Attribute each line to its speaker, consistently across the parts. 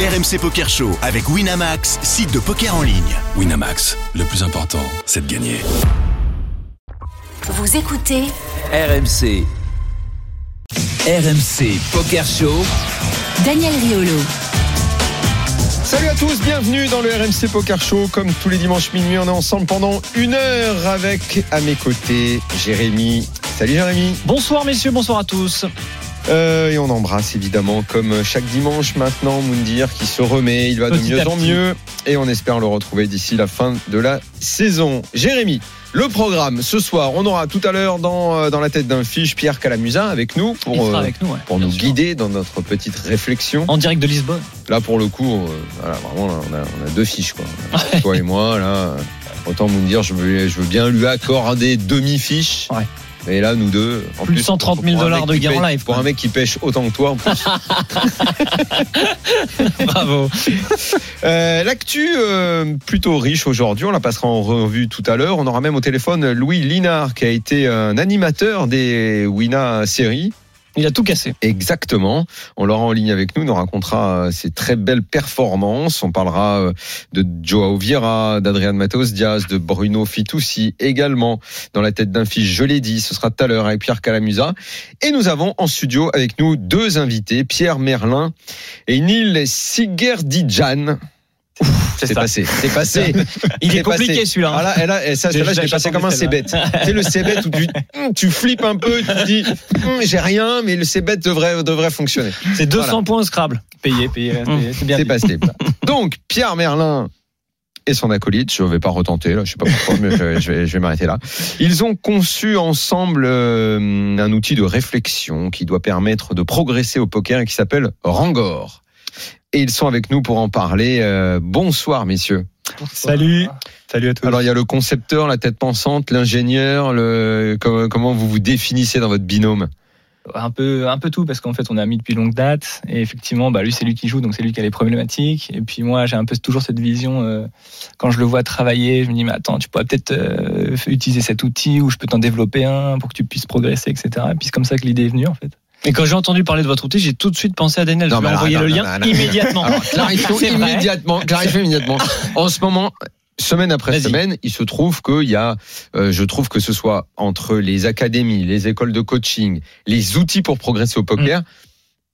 Speaker 1: RMC Poker Show avec Winamax, site de poker en ligne.
Speaker 2: Winamax, le plus important, c'est de gagner.
Speaker 3: Vous écoutez
Speaker 4: RMC. RMC Poker Show.
Speaker 3: Daniel Riolo.
Speaker 5: Salut à tous, bienvenue dans le RMC Poker Show. Comme tous les dimanches minuit, on est ensemble pendant une heure avec à mes côtés Jérémy. Salut Jérémy.
Speaker 6: Bonsoir messieurs, bonsoir à tous.
Speaker 5: Euh, et on embrasse évidemment comme chaque dimanche maintenant Moundir qui se remet, il va
Speaker 6: Petit
Speaker 5: de mieux
Speaker 6: à
Speaker 5: en
Speaker 6: petit.
Speaker 5: mieux et on espère le retrouver d'ici la fin de la saison. Jérémy, le programme ce soir, on aura tout à l'heure dans, euh, dans la tête d'un fiche Pierre Calamusa avec nous
Speaker 6: Il
Speaker 5: pour,
Speaker 6: sera
Speaker 5: euh,
Speaker 6: avec nous. ouais,
Speaker 5: pour
Speaker 6: bien
Speaker 5: nous
Speaker 6: sûr.
Speaker 5: guider dans notre petite réflexion.
Speaker 6: En direct de Lisbonne.
Speaker 5: Là pour le coup, euh, voilà, vraiment là, on, a, on a deux fiches quoi. Toi et moi là, euh, autant Moundir, je veux, je veux bien lui accorder demi-fiche.
Speaker 6: Ouais.
Speaker 5: Mais là, nous deux, en
Speaker 6: Plus de 130 000
Speaker 5: pour un mec
Speaker 6: dollars de
Speaker 5: qui
Speaker 6: gain en
Speaker 5: pêche-
Speaker 6: live,
Speaker 5: Pour
Speaker 6: quoi.
Speaker 5: un mec qui pêche autant que toi, en plus,
Speaker 6: Bravo.
Speaker 5: Euh, L'actu euh, plutôt riche aujourd'hui, on la passera en revue tout à l'heure. On aura même au téléphone Louis Linard qui a été un animateur des Wina séries.
Speaker 6: Il a tout cassé.
Speaker 5: Exactement. On l'aura en ligne avec nous, il nous racontera euh, ses très belles performances. On parlera euh, de Joao Vieira, d'Adrian Matos Diaz, de Bruno Fitoussi également dans la tête d'un fiche, je l'ai dit, ce sera tout à l'heure avec Pierre Calamusa. Et nous avons en studio avec nous deux invités, Pierre Merlin et Neil Sigerdidjan. C'est
Speaker 6: ça.
Speaker 5: passé, c'est passé.
Speaker 6: Il
Speaker 5: C'est
Speaker 6: est compliqué
Speaker 5: passé.
Speaker 6: celui-là.
Speaker 5: Ah
Speaker 6: hein.
Speaker 5: là, elle a- elle- ça, celle-là, je l'ai passé
Speaker 6: J'attendais
Speaker 5: comme un
Speaker 6: celle-là.
Speaker 5: cébette.
Speaker 7: hein.
Speaker 5: C'est le cébette où tu, hum, tu flippes un peu, tu te dis, hum, j'ai rien, mais le cébette devrait, devrait fonctionner.
Speaker 6: C'est 200
Speaker 5: Voilà.
Speaker 6: points Mmh. au Scrabble.
Speaker 7: Payé, payé, c'est- c'est bien.
Speaker 5: C'est
Speaker 7: dit.
Speaker 5: passé. Donc, Pierre Merlin et son acolyte, je vais pas retenter, là, je sais pas pourquoi, mais je, je vais, je vais m'arrêter là. Ils ont conçu ensemble euh, un outil de réflexion qui doit permettre de progresser au poker et qui s'appelle Rangor. Et ils sont avec nous pour en parler. Euh, bonsoir, messieurs.
Speaker 7: Salut. Salut à tous.
Speaker 5: Alors il y a le concepteur, la tête pensante, l'ingénieur, le comment, comment vous vous définissez dans votre binôme
Speaker 7: un peu, un peu tout, parce qu'en fait, on est amis depuis longue date. Et effectivement, bah, lui, c'est lui qui joue, donc c'est lui qui a les problématiques. Et puis moi, j'ai un peu toujours cette vision. euh, quand je le vois travailler, je me dis, mais attends, tu pourrais peut-être euh, utiliser cet outil ou je peux t'en développer un pour que tu puisses progresser, etc. Et puis c'est comme ça que l'idée est venue, en fait.
Speaker 6: Et quand j'ai entendu parler de votre outil, j'ai tout de suite pensé à Daniel.
Speaker 5: Non,
Speaker 6: je lui
Speaker 5: mais
Speaker 6: ai
Speaker 5: alors,
Speaker 6: envoyé
Speaker 5: non,
Speaker 6: le
Speaker 5: non,
Speaker 6: lien
Speaker 5: non, non, non.
Speaker 6: immédiatement.
Speaker 5: Alors clarifions
Speaker 6: C'est vrai.
Speaker 5: immédiatement, clarifions immédiatement. En ce moment, semaine après
Speaker 6: Vas-y.
Speaker 5: semaine, il se trouve qu'il y a, euh, je trouve que ce soit entre les académies, les écoles de coaching, les outils pour progresser au poker,
Speaker 6: Mm.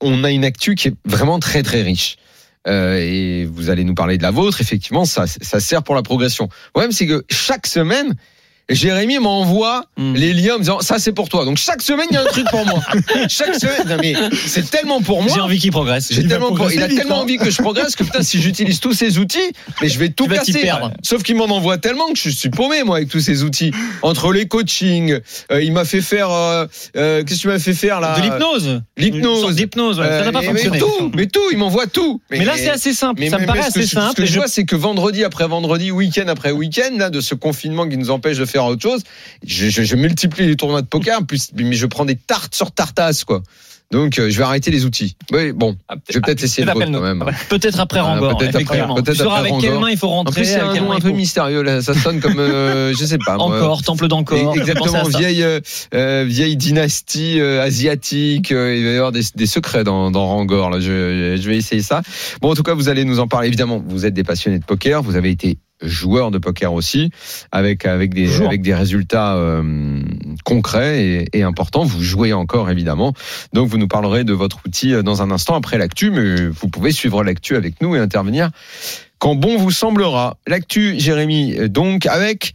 Speaker 5: on a une actu qui est vraiment très très riche. Euh, et vous allez nous parler de la vôtre, effectivement, ça, ça sert pour la progression. Le problème, c'est que chaque semaine, Jérémy m'envoie
Speaker 6: Mm.
Speaker 5: les liens en me disant ça c'est pour toi. Donc chaque semaine il y a un truc pour moi. chaque semaine, non, mais c'est tellement pour moi.
Speaker 6: J'ai envie qu'il progresse.
Speaker 5: J'ai tellement, il a
Speaker 6: vite,
Speaker 5: tellement
Speaker 6: hein.
Speaker 5: envie que je progresse que putain, si j'utilise tous ces outils, mais je vais tout
Speaker 6: Tu vas t'y
Speaker 5: casser.
Speaker 6: perdre.
Speaker 5: Sauf qu'il m'en envoie tellement que je suis paumé, moi, avec tous ces outils. Entre les coachings, euh, il m'a fait faire, euh, euh, qu'est-ce que tu m'as fait faire là
Speaker 6: De l'hypnose. Une sorte
Speaker 5: L'hypnose.
Speaker 6: d'hypnose, ouais.
Speaker 5: Euh,
Speaker 6: ça n'a pas
Speaker 5: mais-
Speaker 6: fonctionné.
Speaker 5: Mais tout, mais tout, il m'envoie tout.
Speaker 6: Mais là, c'est assez simple.
Speaker 5: mais-
Speaker 6: ça me
Speaker 5: mais-
Speaker 6: paraît
Speaker 5: mais ce que
Speaker 6: assez
Speaker 5: je- Ce
Speaker 6: simple.
Speaker 5: que
Speaker 6: et
Speaker 5: je
Speaker 6: je-
Speaker 5: vois, c'est que vendredi après vendredi, week-end après week-end, là, de ce confinement qui nous empêche de faire autre chose, je, je- je multiplie les tournois de poker, plus, mais je prends des tartes sur tartas, quoi. Donc, euh, je vais arrêter les outils. Oui, bon,
Speaker 7: Ah,
Speaker 5: je vais peut-être essayer le vôtre
Speaker 7: appelle-nous.
Speaker 5: quand même. hein.
Speaker 6: Peut-être après
Speaker 5: Voilà,
Speaker 6: Rangor.
Speaker 5: Ah, peut-être après-
Speaker 6: effectivement.
Speaker 5: peut-être
Speaker 6: Tu sauras
Speaker 5: après
Speaker 6: avec quelle
Speaker 5: Rangor.
Speaker 6: main il faut
Speaker 5: En
Speaker 6: rentrer.
Speaker 5: plus, c'est
Speaker 6: avec
Speaker 5: un
Speaker 6: quelle
Speaker 5: nom
Speaker 6: main
Speaker 5: un
Speaker 6: il
Speaker 5: peu
Speaker 6: faut-
Speaker 5: mystérieux. Là. Ça sonne comme, euh, je sais pas. moi.
Speaker 6: Encore, temple d'encore.
Speaker 5: Et- Exactement, vieille, euh, euh, vieille dynastie euh, asiatique. euh, il va y avoir des, des secrets dans, dans Rangor. Là. Je, je vais essayer ça. Bon, en tout cas, vous allez nous en parler. Évidemment, vous êtes des passionnés de poker. Vous avez été joueur de poker aussi, avec, avec, des,
Speaker 6: Toujours.
Speaker 5: avec des résultats euh, concrets et, et importants. Vous jouez encore, évidemment. Donc, vous nous parlerez de votre outil euh, dans un instant après l'actu, mais vous pouvez suivre l'actu avec nous et intervenir quand bon vous semblera. L'actu, Jérémy, euh, donc, avec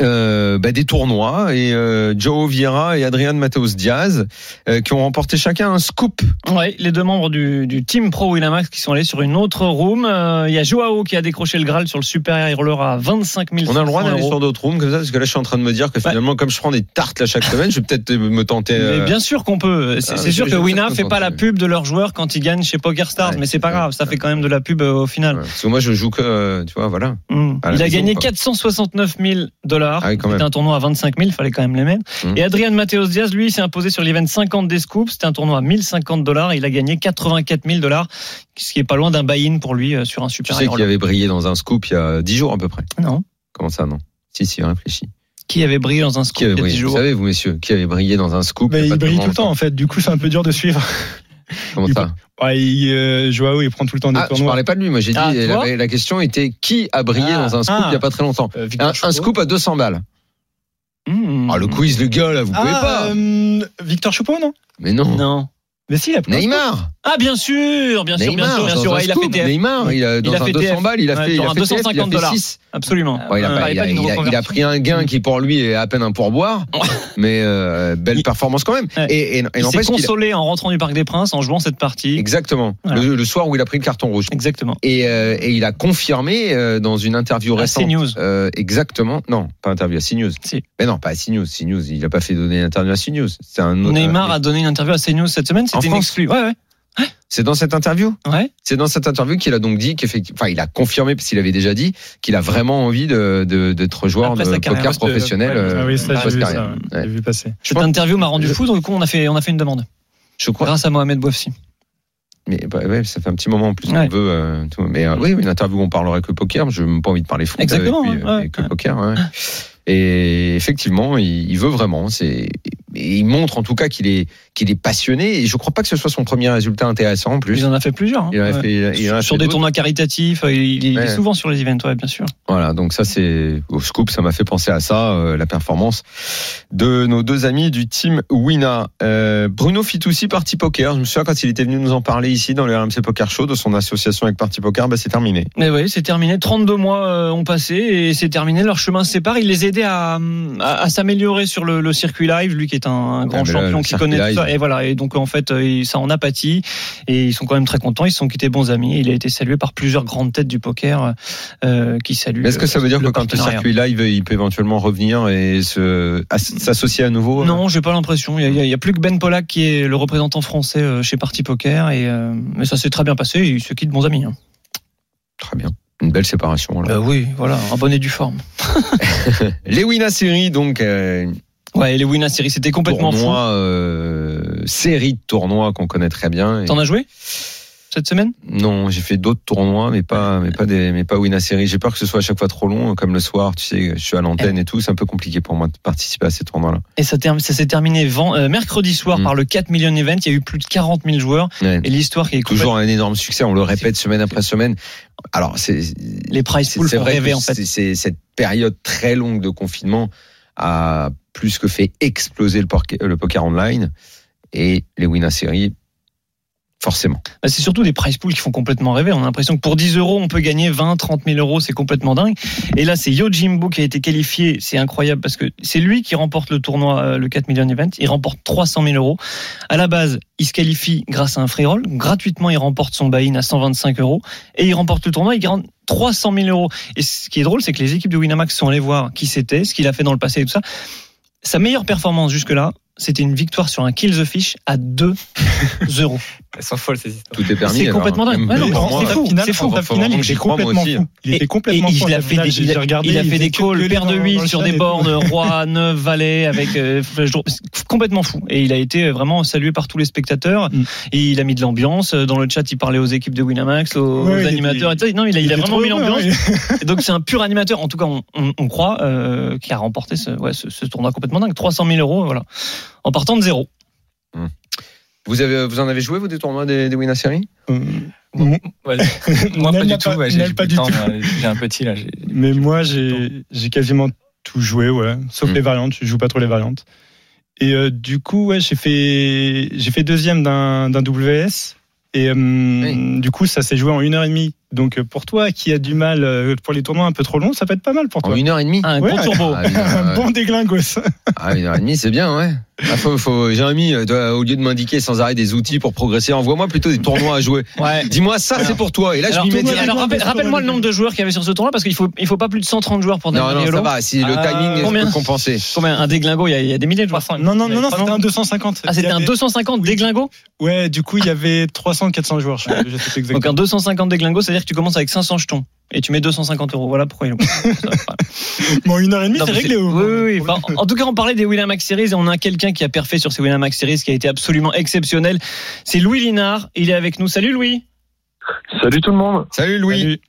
Speaker 5: euh, bah, des tournois et euh, Joe Vieira et Adrian Mateos Diaz euh, qui ont remporté chacun un scoop.
Speaker 6: Ouais, les deux membres du, du team pro Winamax qui sont allés sur une autre room. Euh, Il y a Joao qui a décroché le Graal sur le Super Hurler à 25 000
Speaker 5: On a le droit d'aller
Speaker 6: euros.
Speaker 5: sur d'autres rooms comme ça parce que là je suis en train de me dire que
Speaker 6: Ouais.
Speaker 5: finalement comme je prends des tartes là chaque semaine, je vais peut-être me tenter. euh,
Speaker 6: Mais bien sûr qu'on peut. C'est
Speaker 5: Ah,
Speaker 6: c'est
Speaker 5: mais
Speaker 6: sûr
Speaker 5: je-
Speaker 6: que
Speaker 5: je-
Speaker 6: Wina
Speaker 5: je-
Speaker 6: fait pas la pub de leurs joueurs quand ils gagnent chez PokerStars,
Speaker 5: Ouais,
Speaker 6: mais c'est pas
Speaker 5: ouais,
Speaker 6: grave. Ça
Speaker 5: ouais.
Speaker 6: fait quand même de la pub euh, au final.
Speaker 5: ouais. Parce que moi je joue que euh, tu vois voilà.
Speaker 6: Mm.
Speaker 5: À la
Speaker 6: Il a
Speaker 5: maison,
Speaker 6: gagné
Speaker 5: quoi.
Speaker 6: 469 000 dollars.
Speaker 5: Ah oui, quand même.
Speaker 6: C'était un tournoi à 25 000, fallait quand même les mettre.
Speaker 5: Mm.
Speaker 6: Et Adrian Mateos Diaz, lui, s'est imposé sur l'event 50 des scoops. C'était un tournoi à 1050 dollars. Il a gagné 84 000 dollars, ce qui est pas loin d'un buy-in pour lui euh, sur un
Speaker 5: Tu
Speaker 6: Super
Speaker 5: sais
Speaker 6: Hurler.
Speaker 5: qu'il avait brillé dans un scoop il y a 10 jours à peu près.
Speaker 6: Non.
Speaker 5: Comment ça non Si si réfléchis.
Speaker 6: Qui avait brillé dans un scoop
Speaker 5: Qui
Speaker 6: il y
Speaker 5: avait
Speaker 6: a 10
Speaker 5: brillé Vous
Speaker 6: jours.
Speaker 5: savez vous messieurs qui avait brillé dans un scoop y
Speaker 7: Mais
Speaker 5: a pas très
Speaker 7: il brille tout le
Speaker 5: longtemps.
Speaker 7: temps, en fait. Du coup, c'est un peu dur de suivre.
Speaker 5: Comment
Speaker 8: Il
Speaker 5: ça
Speaker 8: Ouais, il, euh, Joao, il prend tout le temps des
Speaker 5: Ah, je
Speaker 8: tournois.
Speaker 5: parlais pas de lui. Moi, j'ai dit,
Speaker 6: Ah, toi
Speaker 5: la, la question était qui a brillé
Speaker 6: Ah,
Speaker 5: dans un scoop
Speaker 6: ah.
Speaker 5: il y a pas très longtemps
Speaker 7: Euh, Victor
Speaker 5: un, un
Speaker 7: Choupeau.
Speaker 5: scoop à 200 balles.
Speaker 7: Mmh.
Speaker 6: Hmm.
Speaker 5: Ah, le quiz, le gars, là, vous pouvez
Speaker 8: Ah,
Speaker 5: pas.
Speaker 8: euh, Victor Choupeau, non
Speaker 5: Mais non.
Speaker 6: Non.
Speaker 8: Mais si, il a pris un
Speaker 5: Neymar,
Speaker 6: Ah, bien sûr, bien sûr, bien
Speaker 5: Neymar,
Speaker 6: sûr, bien
Speaker 5: dans
Speaker 6: sûr.
Speaker 5: un
Speaker 6: Ouais, il a
Speaker 5: scoop.
Speaker 6: fait TF.
Speaker 5: Neymar, il a, dans
Speaker 6: a
Speaker 5: un
Speaker 6: fait
Speaker 5: 200
Speaker 6: TF.
Speaker 5: balles, il a
Speaker 6: Ouais,
Speaker 5: fait, il
Speaker 6: dans
Speaker 5: a
Speaker 6: un
Speaker 5: fait TF, il a
Speaker 6: 250
Speaker 5: fait
Speaker 6: dollars.
Speaker 5: 6.
Speaker 6: Absolument.
Speaker 5: Ouais, il, a
Speaker 6: On
Speaker 5: pas-
Speaker 6: parlait
Speaker 5: il
Speaker 6: Ah, pas
Speaker 5: a-
Speaker 6: d'une
Speaker 5: il a- il a
Speaker 6: reconversion. Mm.
Speaker 5: pris un gain qui pour lui est à peine un pourboire, mais euh, belle
Speaker 6: Il-
Speaker 5: performance quand même.
Speaker 6: Ouais.
Speaker 5: Et, et- et
Speaker 6: Il s'est
Speaker 5: n'empêche qu'il-
Speaker 6: consolé en rentrant du Parc des Princes en jouant cette partie.
Speaker 5: Exactement.
Speaker 6: Voilà.
Speaker 5: Le, le soir où il a pris le carton rouge.
Speaker 6: Exactement.
Speaker 5: Et, euh, et il a confirmé euh, dans une interview
Speaker 6: À
Speaker 5: récente.
Speaker 6: CNews.
Speaker 5: euh, exactement. Non, pas interview à CNews.
Speaker 6: Ah, Si.
Speaker 5: Mais non, pas à CNews. CNews, il n'a pas fait donner l'interview à CNews. C'est un autre- euh,
Speaker 6: Neymar a donné une interview à CNews cette semaine.
Speaker 5: En
Speaker 6: C'était une
Speaker 5: France
Speaker 6: exclue. Ouais, ouais.
Speaker 5: C'est dans cette interview
Speaker 6: ouais.
Speaker 5: C'est dans cette interview qu'il a donc dit qu'effectivement, enfin, il a confirmé parce qu'il avait déjà dit qu'il a vraiment envie de de- d'être joueur
Speaker 6: Après
Speaker 5: de
Speaker 6: sa
Speaker 5: poker
Speaker 6: carrière,
Speaker 5: professionnel.
Speaker 8: peu. Ah
Speaker 5: euh,
Speaker 8: oui, ça, j'ai vu,
Speaker 5: post-carrière.
Speaker 8: ça, ouais.
Speaker 5: Ouais.
Speaker 8: J'ai vu passer.
Speaker 5: Je
Speaker 6: Cette
Speaker 5: pense-
Speaker 6: interview m'a rendu
Speaker 5: Je-
Speaker 6: fou, donc du coup, on a fait, on a fait une demande.
Speaker 5: Je crois.
Speaker 6: Grâce à Mohamed Bouafsi.
Speaker 5: Mais bah, ouais, ça fait un petit moment en plus qu'on
Speaker 6: Ouais.
Speaker 5: veut. euh, tout. Mais euh, oui, une interview où on parlerait que poker. Je n'ai pas envie de parler foot.
Speaker 6: Exactement,
Speaker 5: avec lui,
Speaker 6: ouais,
Speaker 5: euh,
Speaker 6: ouais,
Speaker 5: et que
Speaker 6: ouais.
Speaker 5: poker. ouais. Et effectivement, il, il veut vraiment. C'est. et il montre en tout cas qu'il est qu'il est passionné. Et je crois pas que ce soit son premier résultat intéressant en plus.
Speaker 6: Il en a fait plusieurs. hein.
Speaker 5: Il en a
Speaker 6: Ouais.
Speaker 5: fait- il en a
Speaker 6: sur
Speaker 5: fait
Speaker 6: des
Speaker 5: d'autres.
Speaker 6: tournois caritatifs, euh, il, il
Speaker 5: Ouais.
Speaker 6: est souvent sur les events, ouais, bien sûr.
Speaker 5: Voilà, donc ça c'est au scoop, ça m'a fait penser à ça, euh, la performance de nos deux amis du team Wina. Euh, Bruno Fitoussi, Parti Poker, je me souviens quand il était venu nous en parler ici dans le RMC Poker Show de son association avec Parti Poker, bah, c'est terminé.
Speaker 6: Mais oui, c'est terminé. 32 mois euh, ont passé et c'est terminé. Leur chemin se sépare. Il les aidait à, à, à s'améliorer sur le, le circuit live. Lui qui est un, un grand
Speaker 5: mais là,
Speaker 6: champion
Speaker 5: le
Speaker 6: qui
Speaker 5: circuit
Speaker 6: connaît
Speaker 5: live.
Speaker 6: tout ça. Et voilà. Et donc, en fait, euh, il- ça en apathie. Et ils sont quand même très contents. Ils se sont quittés bons amis. Il a été salué par plusieurs grandes têtes du poker euh, qui saluent.
Speaker 5: Mais Est-ce que ça
Speaker 6: euh,
Speaker 5: veut dire que
Speaker 6: le
Speaker 5: quand le
Speaker 6: partenariat.
Speaker 5: circuit live, il peut éventuellement revenir et se- as- s'associer à nouveau
Speaker 6: Non, j'ai pas l'impression. Il y a- il y a, il y a plus que Ben Pollack qui est le représentant français euh, chez Party Poker. Et, euh, mais ça s'est très bien passé. et Ils se quittent bons amis. hein.
Speaker 5: Très bien. Une belle séparation. alors.
Speaker 6: Euh, oui, voilà, un bonnet du forme.
Speaker 5: Les Wina Series, donc, euh,
Speaker 6: Ouais, et les Wina Series, c'était complètement fou.
Speaker 5: tournoi, euh, série de tournois qu'on connaît très bien. Et-
Speaker 6: T'en as joué cette semaine
Speaker 5: Non, j'ai fait d'autres tournois, mais pas, mais pas des, mais pas Wina Series. J'ai peur que ce soit à chaque fois trop long, comme le soir, tu sais, je suis à l'antenne et tout. C'est un peu compliqué pour moi de participer à ces tournois-là.
Speaker 6: Et ça, term- ça s'est terminé ven- euh, mercredi soir
Speaker 5: Mm.
Speaker 6: par le 4 million event. Il y a eu plus de 40 000 joueurs.
Speaker 5: Ouais.
Speaker 6: Et l'histoire qui est
Speaker 5: Toujours un énorme succès, on le répète semaine après semaine. Alors, c'est,
Speaker 6: Les prize
Speaker 5: c'est
Speaker 6: pools
Speaker 5: c'est
Speaker 6: font
Speaker 5: vrai que
Speaker 6: rêver, en fait.
Speaker 5: c'est- c'est- cette période très longue de confinement a plus que fait exploser le, porc- le poker online et les Wina Series, forcément.
Speaker 6: Bah, C'est surtout des prize pools qui font complètement rêver. On a l'impression que pour 10 euros, on peut gagner 20, 30 000 euros. C'est complètement dingue. Et là, c'est Yojimbo qui a été qualifié. C'est incroyable parce que c'est lui qui remporte le tournoi, euh, le 4 million event. Il remporte 300 000 euros. À la base, il se qualifie grâce à un free roll. Gratuitement, il remporte son buy-in à 125 euros. Et il remporte le tournoi. Il gagne 300 000 euros. Et ce qui est drôle, c'est que les équipes de Winamax sont allées voir qui c'était, ce qu'il a fait dans le passé et tout ça. Sa meilleure performance jusque-là, c'était une victoire sur un kill the fish à 2 euros.
Speaker 7: Elles sont folles ces histoires.
Speaker 5: Tout est permis.
Speaker 6: C'est
Speaker 5: alors,
Speaker 6: complètement dingue.
Speaker 5: même
Speaker 6: Ouais,
Speaker 5: pour
Speaker 6: non,
Speaker 5: moi,
Speaker 6: c'est
Speaker 5: euh,
Speaker 6: fou.
Speaker 8: finale,
Speaker 6: c'est fou.
Speaker 8: La
Speaker 5: Faut vraiment
Speaker 8: finale,
Speaker 5: que
Speaker 8: il
Speaker 5: j'y
Speaker 8: était
Speaker 5: crois, moi
Speaker 8: complètement
Speaker 5: aussi. hein.
Speaker 8: fou. Il était complètement
Speaker 6: hein. et
Speaker 8: fou.
Speaker 6: il a
Speaker 8: en
Speaker 6: fait
Speaker 8: finale,
Speaker 6: des,
Speaker 8: j'ai-
Speaker 6: il
Speaker 8: j'ai
Speaker 6: a-
Speaker 8: regardé,
Speaker 6: il a fait
Speaker 8: faisait
Speaker 6: des
Speaker 8: que
Speaker 6: calls,
Speaker 8: les
Speaker 6: paire de
Speaker 8: dans- dans
Speaker 6: 8
Speaker 8: le
Speaker 6: sur
Speaker 8: stade
Speaker 6: des
Speaker 8: et
Speaker 6: bornes,
Speaker 8: tout.
Speaker 6: roi, 9, valet, avec euh, flèche droite. C'est complètement fou. Et il a été vraiment salué par tous les spectateurs.
Speaker 8: Mm.
Speaker 6: Et il a mis de l'ambiance. Dans le chat, il parlait aux équipes de Winamax, aux,
Speaker 8: Ouais, il
Speaker 6: aux
Speaker 8: était-
Speaker 6: animateurs. et tout. Non, il a, il a
Speaker 8: était
Speaker 6: vraiment
Speaker 8: trop
Speaker 6: mis
Speaker 8: heureux,
Speaker 6: l'ambiance.
Speaker 8: ouais.
Speaker 6: Et Donc c'est un pur animateur. En tout cas, on, on- on croit euh, qui a remporté ce, ouais, ce, ce tournoi complètement dingue. 300 000 euros, voilà, en partant de zéro.
Speaker 5: Vous, avez, vous en avez joué, vous, des tournois des, des Wina Series
Speaker 8: Euh, Mon-
Speaker 7: Ouais, moi, pas
Speaker 8: Nel
Speaker 7: du
Speaker 8: n'a
Speaker 7: tout.
Speaker 8: pas-
Speaker 7: ouais, j'ai-
Speaker 8: Nel
Speaker 7: j'ai
Speaker 8: pas
Speaker 7: plus
Speaker 8: du
Speaker 7: le temps,
Speaker 8: tout.
Speaker 7: moi, J'ai un petit là. j'ai-
Speaker 8: Mais moi, j'ai j'ai quasiment tout joué, ouais. Sauf
Speaker 5: Mm.
Speaker 8: les variantes, je joue pas trop les variantes. Et euh, du coup, ouais, j'ai fait, j'ai fait deuxième d'un d'un WS. Et euh, du coup, ça s'est joué en une heure et demie. Donc euh, pour toi qui a du mal euh, pour les tournois un peu trop longs, ça peut être pas mal pour
Speaker 5: En
Speaker 8: toi.
Speaker 5: une heure et demie
Speaker 6: Un
Speaker 8: Ouais.
Speaker 6: gros turbo.
Speaker 5: Ah, une heure,
Speaker 8: Un
Speaker 5: ouais.
Speaker 8: bon déglingos.
Speaker 5: Ah, une heure et demie, c'est bien, ouais. Ah, faut, faut, Jérémy, euh, toi, au lieu de m'indiquer sans arrêt des outils pour progresser, envoie-moi plutôt des tournois à jouer.
Speaker 6: Ouais.
Speaker 5: Dis-moi, ça, c'est pour toi. Et là,
Speaker 6: Alors,
Speaker 5: je m'y mets
Speaker 6: tournoi-
Speaker 5: direct.
Speaker 6: alors, rappelle-
Speaker 8: Parce que-
Speaker 6: rappelle-moi le nombre de joueurs qu'il y avait sur ce tournoi parce qu'il faut il faut pas plus de 130 joueurs pour
Speaker 5: Non,
Speaker 6: Daniel
Speaker 5: non, ça
Speaker 6: Riolo.
Speaker 5: va. Si le
Speaker 7: Ah,
Speaker 5: timing est
Speaker 6: combien
Speaker 5: compensé.
Speaker 6: Combien Un déglingo, il y, a, il y a des milliers de joueurs.
Speaker 8: Non, non, non, non, c'était un 250.
Speaker 6: Ah,
Speaker 8: Il
Speaker 6: c'était
Speaker 8: y
Speaker 6: un
Speaker 8: avait-
Speaker 6: 250 déglingo
Speaker 8: Ouais, du coup, il y avait 300, 400 joueurs. Je, je sais plus exactement.
Speaker 6: Donc un 250 déglingo, c'est-à-dire que tu commences avec 500 jetons et tu mets 250 euros. Voilà pourquoi il est bon. Ça, voilà.
Speaker 8: Bon, une heure et demie,
Speaker 6: Non,
Speaker 8: c'est
Speaker 6: mais
Speaker 8: réglé.
Speaker 6: c'est-
Speaker 8: au-
Speaker 6: Oui, oui, oui. Enfin, en tout cas, on parlait des Winamax Series et on a quelqu'un qui a perfé sur ces Winamax Series qui a été absolument exceptionnel. C'est Louis Linard. Il est avec nous. Salut Louis.
Speaker 9: Salut tout le monde.
Speaker 5: Salut, Louis.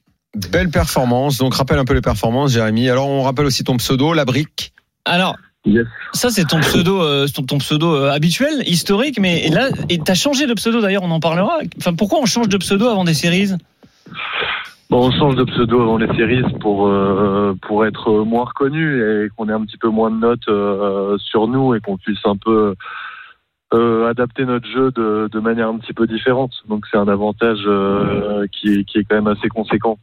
Speaker 5: Belle performance. Donc, rappelle un peu les performances, Jérémy. Alors, on rappelle aussi ton pseudo, la brique.
Speaker 6: Alors,
Speaker 9: Yes.
Speaker 6: Ça, c'est ton pseudo, euh, ton, ton pseudo euh, habituel, historique, mais et là, et t'as changé de pseudo d'ailleurs, on en parlera. Enfin, pourquoi on change de pseudo avant des séries
Speaker 9: Bon, on change de pseudo avant les séries pour, euh, pour être moins reconnu et qu'on ait un petit peu moins de notes euh, sur nous et qu'on puisse un peu euh, adapter notre jeu de, de manière un petit peu différente. Donc c'est un avantage euh, qui, est, qui est quand même assez conséquent.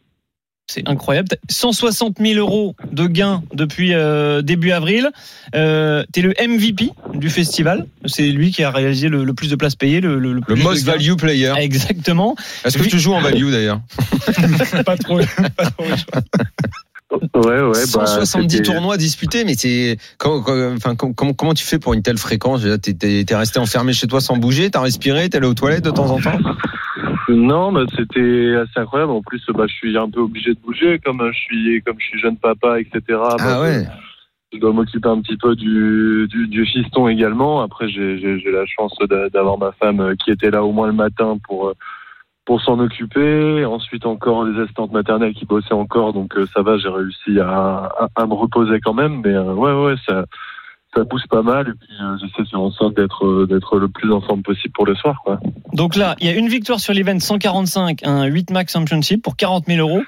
Speaker 6: C'est incroyable. T'as 160 000 euros de gains depuis euh, début avril. Euh, T'es le MVP du festival. C'est lui qui a réalisé le, le plus de places payées, le, le,
Speaker 5: Le
Speaker 6: plus de
Speaker 5: most
Speaker 6: gains.
Speaker 5: value player.
Speaker 6: Exactement.
Speaker 5: Est-ce que
Speaker 6: Oui.
Speaker 5: tu joues en value d'ailleurs
Speaker 8: pas trop. pas trop riche.
Speaker 9: Ouais, ouais, bah,
Speaker 5: 170
Speaker 9: c'était-
Speaker 5: tournois disputés, mais c'est comment, comment- enfin, com- comment, comment tu fais pour une telle fréquence Je veux dire, T'es t'es- t'es resté enfermé chez toi sans bouger, t'as respiré, t'es allé aux toilettes de temps en temps
Speaker 9: Ah, Non, bah, c'était assez incroyable. En plus, bah, je suis un peu obligé de bouger comme je suis, comme je suis jeune papa, etc.
Speaker 5: Ah
Speaker 9: Bah,
Speaker 5: ouais.
Speaker 9: je dois m'occuper un petit peu du, du, du fiston également. Après, j'ai j'ai- j'ai la chance d'a- d'avoir ma femme euh, qui était là au moins le matin pour, euh, pour s'en occuper. Ensuite, encore des assistantes maternelles qui bossaient encore. Donc, euh, ça va, j'ai réussi à, à, à me reposer quand même. Mais euh, ouais, ouais, ça, ça pousse pas mal. Et puis, euh, j'essaie sur enceinte d'être euh, d'être le plus en forme possible pour le soir. Quoi.
Speaker 6: Donc là, il y a une victoire sur l'event 145, un 8 Max Championship pour 40 000 euros.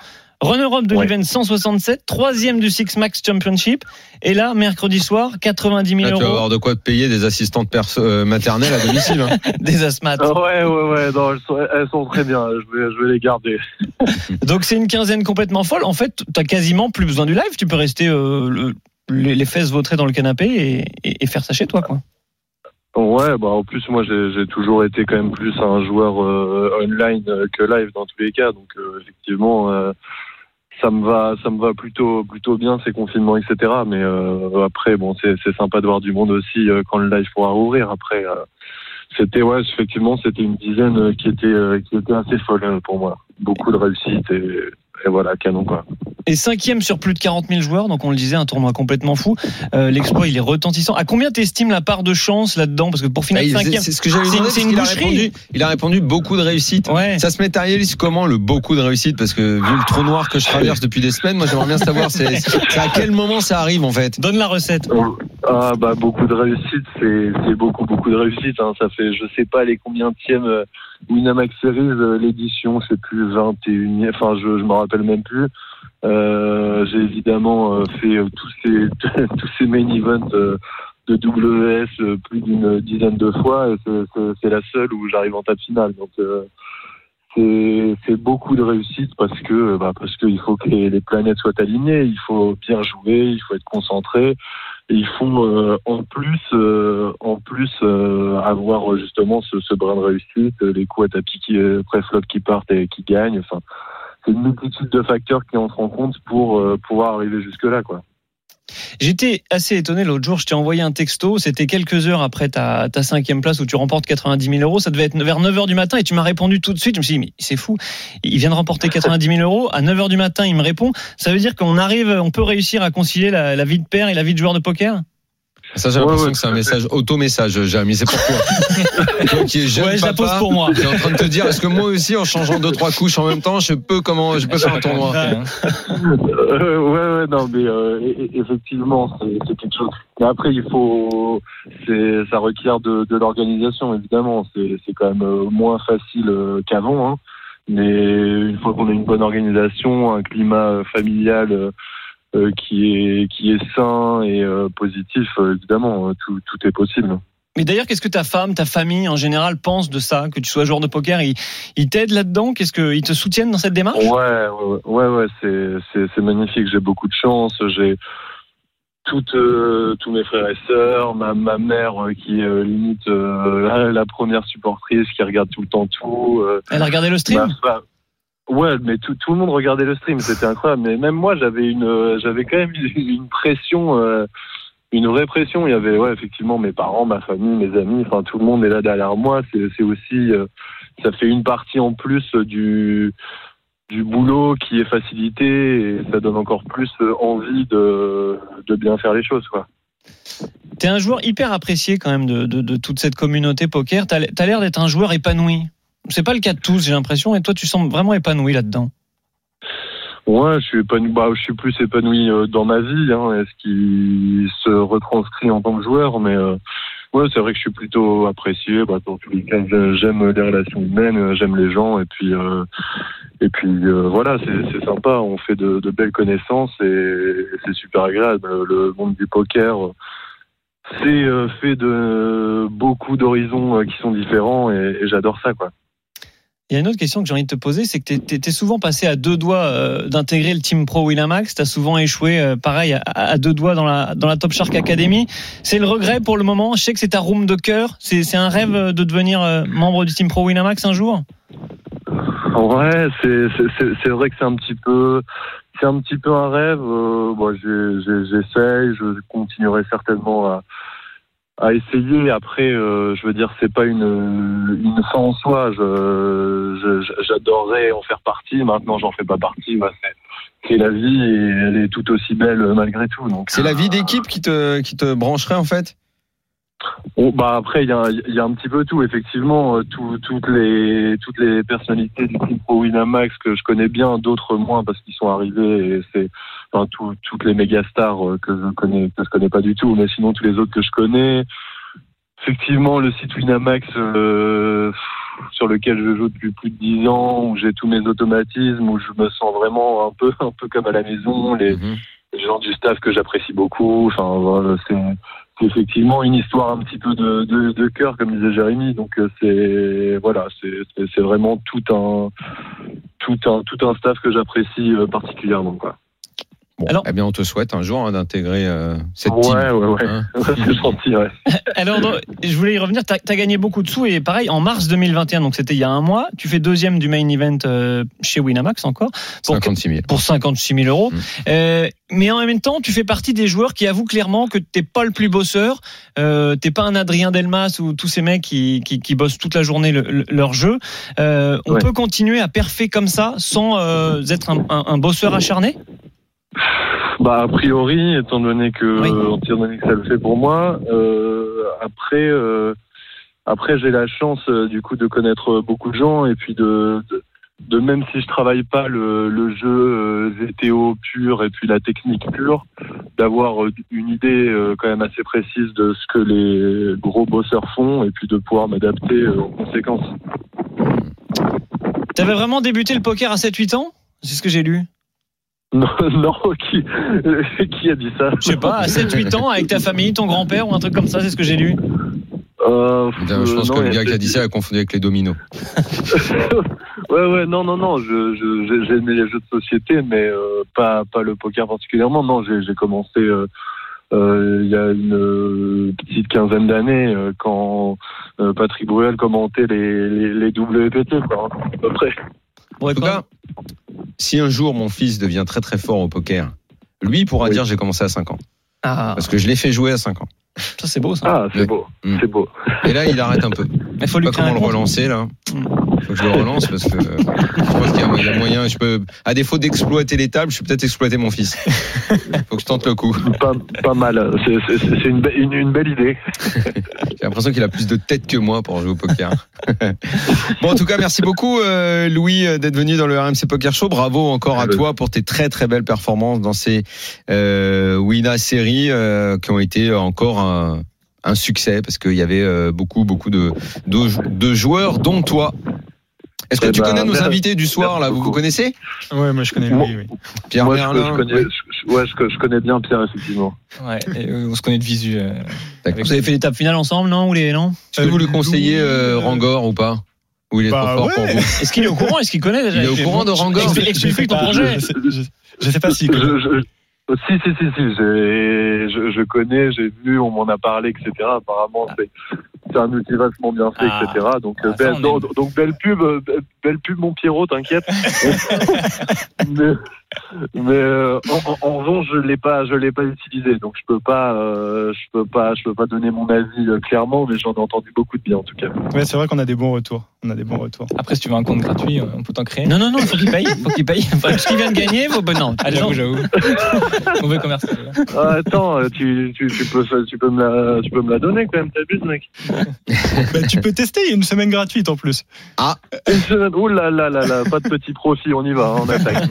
Speaker 6: Runner-up de
Speaker 9: Ouais.
Speaker 6: l'event 167, troisième du 6 Max Championship. Et là, mercredi soir, 90 000
Speaker 5: Là, tu vas
Speaker 6: euros
Speaker 5: avoir de quoi te payer des assistantes perso- euh, maternelles à domicile. hein.
Speaker 6: des asthmates.
Speaker 9: Ah ouais, ouais, ouais. Non, elles, sont, elles sont très bien. Je vais, je vais les garder.
Speaker 6: Donc c'est une quinzaine complètement folle. En fait, t'as quasiment plus besoin du live. Tu peux rester euh, le- les, les fesses vautrées dans le canapé et, et- et faire ça chez toi, quoi.
Speaker 9: Ouais, bah en plus moi j'ai j'ai toujours été quand même plus un joueur euh, online euh, que live dans tous les cas, donc euh, effectivement euh, ça me va, ça me va plutôt plutôt bien ces confinements etc. Mais euh, après bon c'est c'est sympa de voir du monde aussi euh, quand le live pourra ouvrir. Après euh, c'était ouais effectivement c'était une dizaine euh, qui était euh, qui était assez folle euh, pour moi, beaucoup de réussite et, et voilà canon quoi.
Speaker 6: Et cinquième sur plus de 40 000 joueurs, donc on le disait, un tournoi complètement fou. Euh, L'exploit, il est retentissant. À combien t'estimes la part de chance là-dedans Parce que pour
Speaker 5: Bah,
Speaker 6: finir
Speaker 5: il- c'est
Speaker 6: cinquième, Ah,
Speaker 5: c'est ce que j'avais demandé.
Speaker 6: C'est une-
Speaker 5: parce
Speaker 6: c'est une
Speaker 5: qu'il a
Speaker 6: boucherie.
Speaker 5: répondu, il a répondu beaucoup de réussite.
Speaker 6: ouais.
Speaker 5: Ça se matérialise comment le beaucoup de réussite Parce que vu le trou noir que je traverse depuis des semaines, moi j'aimerais bien savoir c'est c'est à quel moment ça arrive en fait.
Speaker 6: Donne la recette.
Speaker 9: Ah bah beaucoup de réussite, c'est c'est beaucoup beaucoup de réussite. Hein. Ça fait je sais pas les combientièmes euh, Winamax Series euh, l'édition, c'est plus 21 enfin je je me rappelle même plus. Euh, J'ai évidemment euh, fait euh, tous ces tous ces main events euh, de WS euh, plus d'une dizaine de fois. et c'est- c'est- C'est la seule où j'arrive en table finale. Donc euh, c'est c'est beaucoup de réussite parce que bah, parce qu'il faut que les, les planètes soient alignées, il faut bien jouer, il faut être concentré. Et ils font euh, en plus, euh, en plus euh, avoir euh, justement ce, ce brin de réussite, euh, les coups à tapis qui euh, pré-flop qui partent et qui gagnent. Enfin, c'est une multitude de facteurs qui entrent en compte pour euh, pouvoir arriver jusque là, quoi.
Speaker 6: J'étais assez étonné l'autre jour. Je t'ai envoyé un texto. C'était quelques heures après ta, ta cinquième place où tu remportes 90 000 euros. Ça devait être vers 9 heures du matin et tu m'as répondu tout de suite. Je me suis dit, mais c'est fou. Il vient de remporter 90 000 euros. À 9 heures du matin, il me répond. Ça veut dire qu'on arrive, on peut réussir à concilier la, la vie de père et la vie de joueur de poker?
Speaker 5: Ça j'ai
Speaker 9: Ouais,
Speaker 5: l'impression
Speaker 9: ouais,
Speaker 5: que c'est un
Speaker 9: tout à fait.
Speaker 5: message auto-message, euh, Jérémy. C'est pourquoi. Toi qui es jeune
Speaker 6: ouais, je la
Speaker 5: papa,
Speaker 6: pose pour moi.
Speaker 5: J'ai en train de te dire, est-ce que moi aussi, en changeant deux trois couches en même temps, je peux comment, je peux faire un tournoi
Speaker 9: Euh, ouais, ouais, non, mais euh, e- e- effectivement, c'est c'est quelque chose. Mais après, il faut, c'est, ça requiert de, de l'organisation, évidemment. C'est, c'est quand même euh, moins facile euh, qu'avant, hein. Mais une fois qu'on a une bonne organisation, un climat euh, familial euh, euh, qui est qui est sain et euh, positif, euh, évidemment, euh, tout, tout est possible.
Speaker 6: Mais d'ailleurs, qu'est-ce que ta femme, ta famille en général pense de ça? Que tu sois joueur de poker, ils, ils t'aident là-dedans? Qu'est-ce que, ils te soutiennent dans cette démarche?
Speaker 9: Ouais, ouais, ouais, ouais, c'est, c'est, c'est magnifique. J'ai beaucoup de chance. J'ai toutes, euh, tous mes frères et sœurs, ma, ma mère euh, qui est euh, limite euh, la, la première supportrice qui regarde tout le temps tout. euh,
Speaker 6: Elle a regardé le stream?
Speaker 9: ma femme. Bah, Ouais, mais tout, tout le monde regardait le stream, c'était incroyable. Mais même moi, j'avais une, euh, j'avais quand même une une pression, euh, une vraie pression. Il y avait, ouais, effectivement, mes parents, ma famille, mes amis, enfin, tout le monde est là derrière moi. C'est, c'est aussi, euh, ça fait une partie en plus euh, du, du boulot qui est facilité et ça donne encore plus euh, envie de, de bien faire les choses, quoi.
Speaker 6: T'es un joueur hyper apprécié quand même de, de- de toute cette communauté poker. T'as as, l'air d'être un joueur épanoui. C'est pas le cas de tous, j'ai l'impression. Et toi, tu sembles vraiment épanoui là-dedans.
Speaker 9: Ouais, je suis épanoui, bah, je suis plus épanoui euh, dans ma vie, hein, est ce qui se retranscrit en tant que joueur, mais euh, ouais, c'est vrai que je suis plutôt apprécié. Bah, dans tous les cas, je- j'aime les relations humaines, euh, j'aime les gens, et puis euh, et puis euh, voilà, c'est c'est sympa. On fait de, de belles connaissances et, et c'est super agréable. Le monde du poker. euh, C'est euh, fait de beaucoup d'horizons euh, qui sont différents et, et j'adore ça quoi.
Speaker 6: Il y a une autre question que j'ai envie de te poser, c'est que tu étais souvent passé à deux doigts euh, d'intégrer le Team Pro Winamax. Tu as souvent échoué, euh, pareil, à, à deux doigts dans la, dans la Top Shark Academy. C'est le regret pour le moment. Je sais que c'est ta room de cœur. C'est c'est un rêve euh, de devenir euh, membre du Team Pro Winamax un jour
Speaker 9: En vrai, c'est c'est- c'est- c'est vrai que c'est un petit peu c'est un petit peu un rêve. Euh, bon, j'ai- j'ai- j'essaye, je continuerai certainement à à essayer. Après, euh, je veux dire, c'est pas une une fin en soi. Je- je- J'adorerais en faire partie. Maintenant, j'en fais pas partie. Bah, c'est c'est la vie et elle est tout aussi belle euh, malgré tout. Donc,
Speaker 5: C'est la vie d'équipe qui te, qui te brancherait en fait
Speaker 9: Bon, bah après, il y a, il y a un petit peu tout, effectivement. euh, tout- toutes, les, toutes les personnalités du groupe Pro Winamax que je connais bien, d'autres moins parce qu'ils sont arrivés. Et c'est, enfin, tout- toutes les méga stars euh, que je connais, que je connais pas du tout, mais sinon tous les autres que je connais. Effectivement, le site Winamax euh, pff, sur lequel je joue depuis plus de 10 ans, où j'ai tous mes automatismes, où je me sens vraiment un peu, un peu comme à la maison. Les, les gens du staff que j'apprécie beaucoup. Enfin, voilà, c'est c'est effectivement une histoire un petit peu de, de, de cœur, comme disait Jérémy. Donc euh, c'est voilà, c'est c'est- c'est vraiment tout un tout un tout un staff que j'apprécie euh, particulièrement. Quoi.
Speaker 5: Bon,
Speaker 6: Alors-
Speaker 5: eh bien, on te souhaite un jour hein, d'intégrer euh, cette
Speaker 9: Ouais,
Speaker 5: team.
Speaker 9: ouais, ouais,
Speaker 5: hein.
Speaker 9: c'est gentil. Ouais.
Speaker 6: Alors, dans- je voulais y revenir. Tu as, gagné beaucoup de sous et pareil, en mars 2021, donc c'était il y a un mois, tu fais deuxième du main event euh, chez Winamax encore. Pour,
Speaker 5: 56 000.
Speaker 6: pour 56 000 euros.
Speaker 5: Mm.
Speaker 6: Euh, mais en même temps, tu fais partie des joueurs qui avouent clairement que t'es pas le plus bosseur. Euh, t'es pas un Adrien Delmas ou tous ces mecs qui, qui, qui bossent toute la journée le- le- leur jeu. Euh, on
Speaker 9: Ouais.
Speaker 6: peut continuer à perfer comme ça sans euh, être un, un- un bosseur acharné
Speaker 9: Bah a priori, étant donné que euh,
Speaker 6: Oui.
Speaker 9: étant donné que ça le fait pour moi. euh, après, euh, après j'ai la chance euh, du coup de connaître euh, beaucoup de gens et puis de, de de même si je travaille pas le, le jeu euh, VTO pur et puis la technique pure, d'avoir euh, une idée euh, quand même assez précise de ce que les gros bosseurs font et puis de pouvoir m'adapter euh, en conséquence.
Speaker 6: T'avais vraiment débuté le poker à 7-8 ans C'est ce que j'ai lu.
Speaker 9: Non, non qui, qui a dit ça
Speaker 6: Je sais pas, à 7-8 ans, avec ta famille, ton grand-père ou un truc comme ça, c'est ce que j'ai lu.
Speaker 9: Euh,
Speaker 5: Je pense
Speaker 9: euh,
Speaker 5: que
Speaker 9: non,
Speaker 5: le
Speaker 9: il y
Speaker 5: gars qui a dit ça a confondu avec les dominos.
Speaker 9: ouais, ouais, non, non, non. Je, je, j'ai- j'ai aimé les jeux de société, mais euh, pas, pas le poker particulièrement. Non, j'ai, j'ai commencé euh, euh, il y a une euh, petite quinzaine d'années euh, quand euh, Patrick Bruel commentait les, les, les WPT, quoi, hein, à peu près.
Speaker 6: Bon,
Speaker 5: En
Speaker 6: et
Speaker 5: tout
Speaker 6: quand-
Speaker 5: cas, si un jour mon fils devient très très fort au poker, lui il pourra
Speaker 9: Oui.
Speaker 5: dire j'ai commencé à 5 ans.
Speaker 6: Ah,
Speaker 5: Parce que je l'ai fait jouer à 5 ans.
Speaker 6: ça c'est beau ça.
Speaker 9: Ah, c'est
Speaker 5: Ouais.
Speaker 9: beau,
Speaker 5: Mm.
Speaker 9: c'est beau.
Speaker 5: Et là, il arrête un peu. Je
Speaker 6: Il faut
Speaker 5: sais
Speaker 6: lui
Speaker 5: pas
Speaker 6: créer
Speaker 5: comment
Speaker 6: un
Speaker 5: le
Speaker 6: compte.
Speaker 5: relancer là.
Speaker 6: Mm.
Speaker 5: Faut que je le relance parce que euh, je pense qu'il y a moyen- moyen. Je peux, à défaut d'exploiter les tables, je peux peut-être exploiter mon fils. Faut que je tente le coup.
Speaker 9: Pas, pas mal. C'est, c'est, c'est c'est une, be- une, une belle idée.
Speaker 5: J'ai l'impression qu'il a plus de tête que moi pour jouer au poker. bon, en tout cas, merci beaucoup, euh, Louis, euh, d'être venu dans le RMC Poker Show. Bravo encore à
Speaker 9: Salut.
Speaker 5: toi pour tes très très belles performances dans ces euh, Wina séries euh, qui ont été encore un, un succès parce qu'il y avait euh, beaucoup beaucoup de, de, de joueurs, dont toi. Est-ce que
Speaker 9: Eh
Speaker 5: tu
Speaker 9: ben,
Speaker 5: connais nos
Speaker 9: merci.
Speaker 5: invités du soir là
Speaker 9: Merci
Speaker 5: Vous vous
Speaker 9: beaucoup.
Speaker 5: connaissez
Speaker 8: Ouais, moi je connais
Speaker 9: Moi-
Speaker 8: lui. oui.
Speaker 5: Pierre
Speaker 9: Moi, je,
Speaker 5: Merlin.
Speaker 9: je connais, je- je- ouais, je, je connais bien Pierre, effectivement.
Speaker 7: Ouais, et, euh, on se connaît de visu. euh.
Speaker 5: D'accord.
Speaker 6: Vous avez fait l'étape finale ensemble, non Ou les non
Speaker 5: Tu peux vous le conseiller euh,
Speaker 8: Louis, euh,
Speaker 5: Rangor ou pas Ou il est
Speaker 8: Bah
Speaker 5: trop fort pour
Speaker 8: ouais.
Speaker 5: vous
Speaker 6: Est-ce qu'il est au courant Est-ce qu'il connaît déjà
Speaker 5: Il est au
Speaker 6: les-
Speaker 5: courant de Rangor
Speaker 6: Explique- Explique ton
Speaker 8: pas,
Speaker 6: projet.
Speaker 8: Je sais, je- je sais pas si.
Speaker 9: Je, je- si, si, si, si, j'ai- je, je connais, j'ai vu, on m'en a parlé, etc. Apparemment, c'est, c'est un outil vachement bien fait,
Speaker 7: Ah.
Speaker 9: etc. Donc,
Speaker 7: Ah,
Speaker 9: euh,
Speaker 7: ça,
Speaker 9: belle,
Speaker 7: on aime.
Speaker 9: donc, donc, belle pub, euh, be- belle pub, mon Pierrot, t'inquiète. mais mais, euh, en, en- en revanche, je l'ai pas, je l'ai pas utilisé, donc je peux pas, euh, je peux pas, je peux pas donner mon avis euh, clairement, mais j'en ai entendu beaucoup de bien en tout cas.
Speaker 8: Ouais, c'est vrai qu'on a des bons retours. On a des bons retours.
Speaker 7: Après, si tu veux un compte gratuit, euh, on peut t'en créer.
Speaker 6: Non, non, non, faut qu'il paye. Faut qu'il paye. Enfin, ce qu'il vient de gagner, faut. ben non,
Speaker 7: Ah,
Speaker 6: les gens-
Speaker 7: j'avoue, j'avoue. Mauvais commercial. là.
Speaker 9: Ah, attends, euh, tu, tu, tu peux, tu peux me la, tu peux me la donner quand même, t'abuses, mec.
Speaker 8: Bah, tu peux tester il y a une semaine gratuite en plus.
Speaker 9: Une semaine, ouh là là là là, pas de petit profit, on y va, hein, on attaque.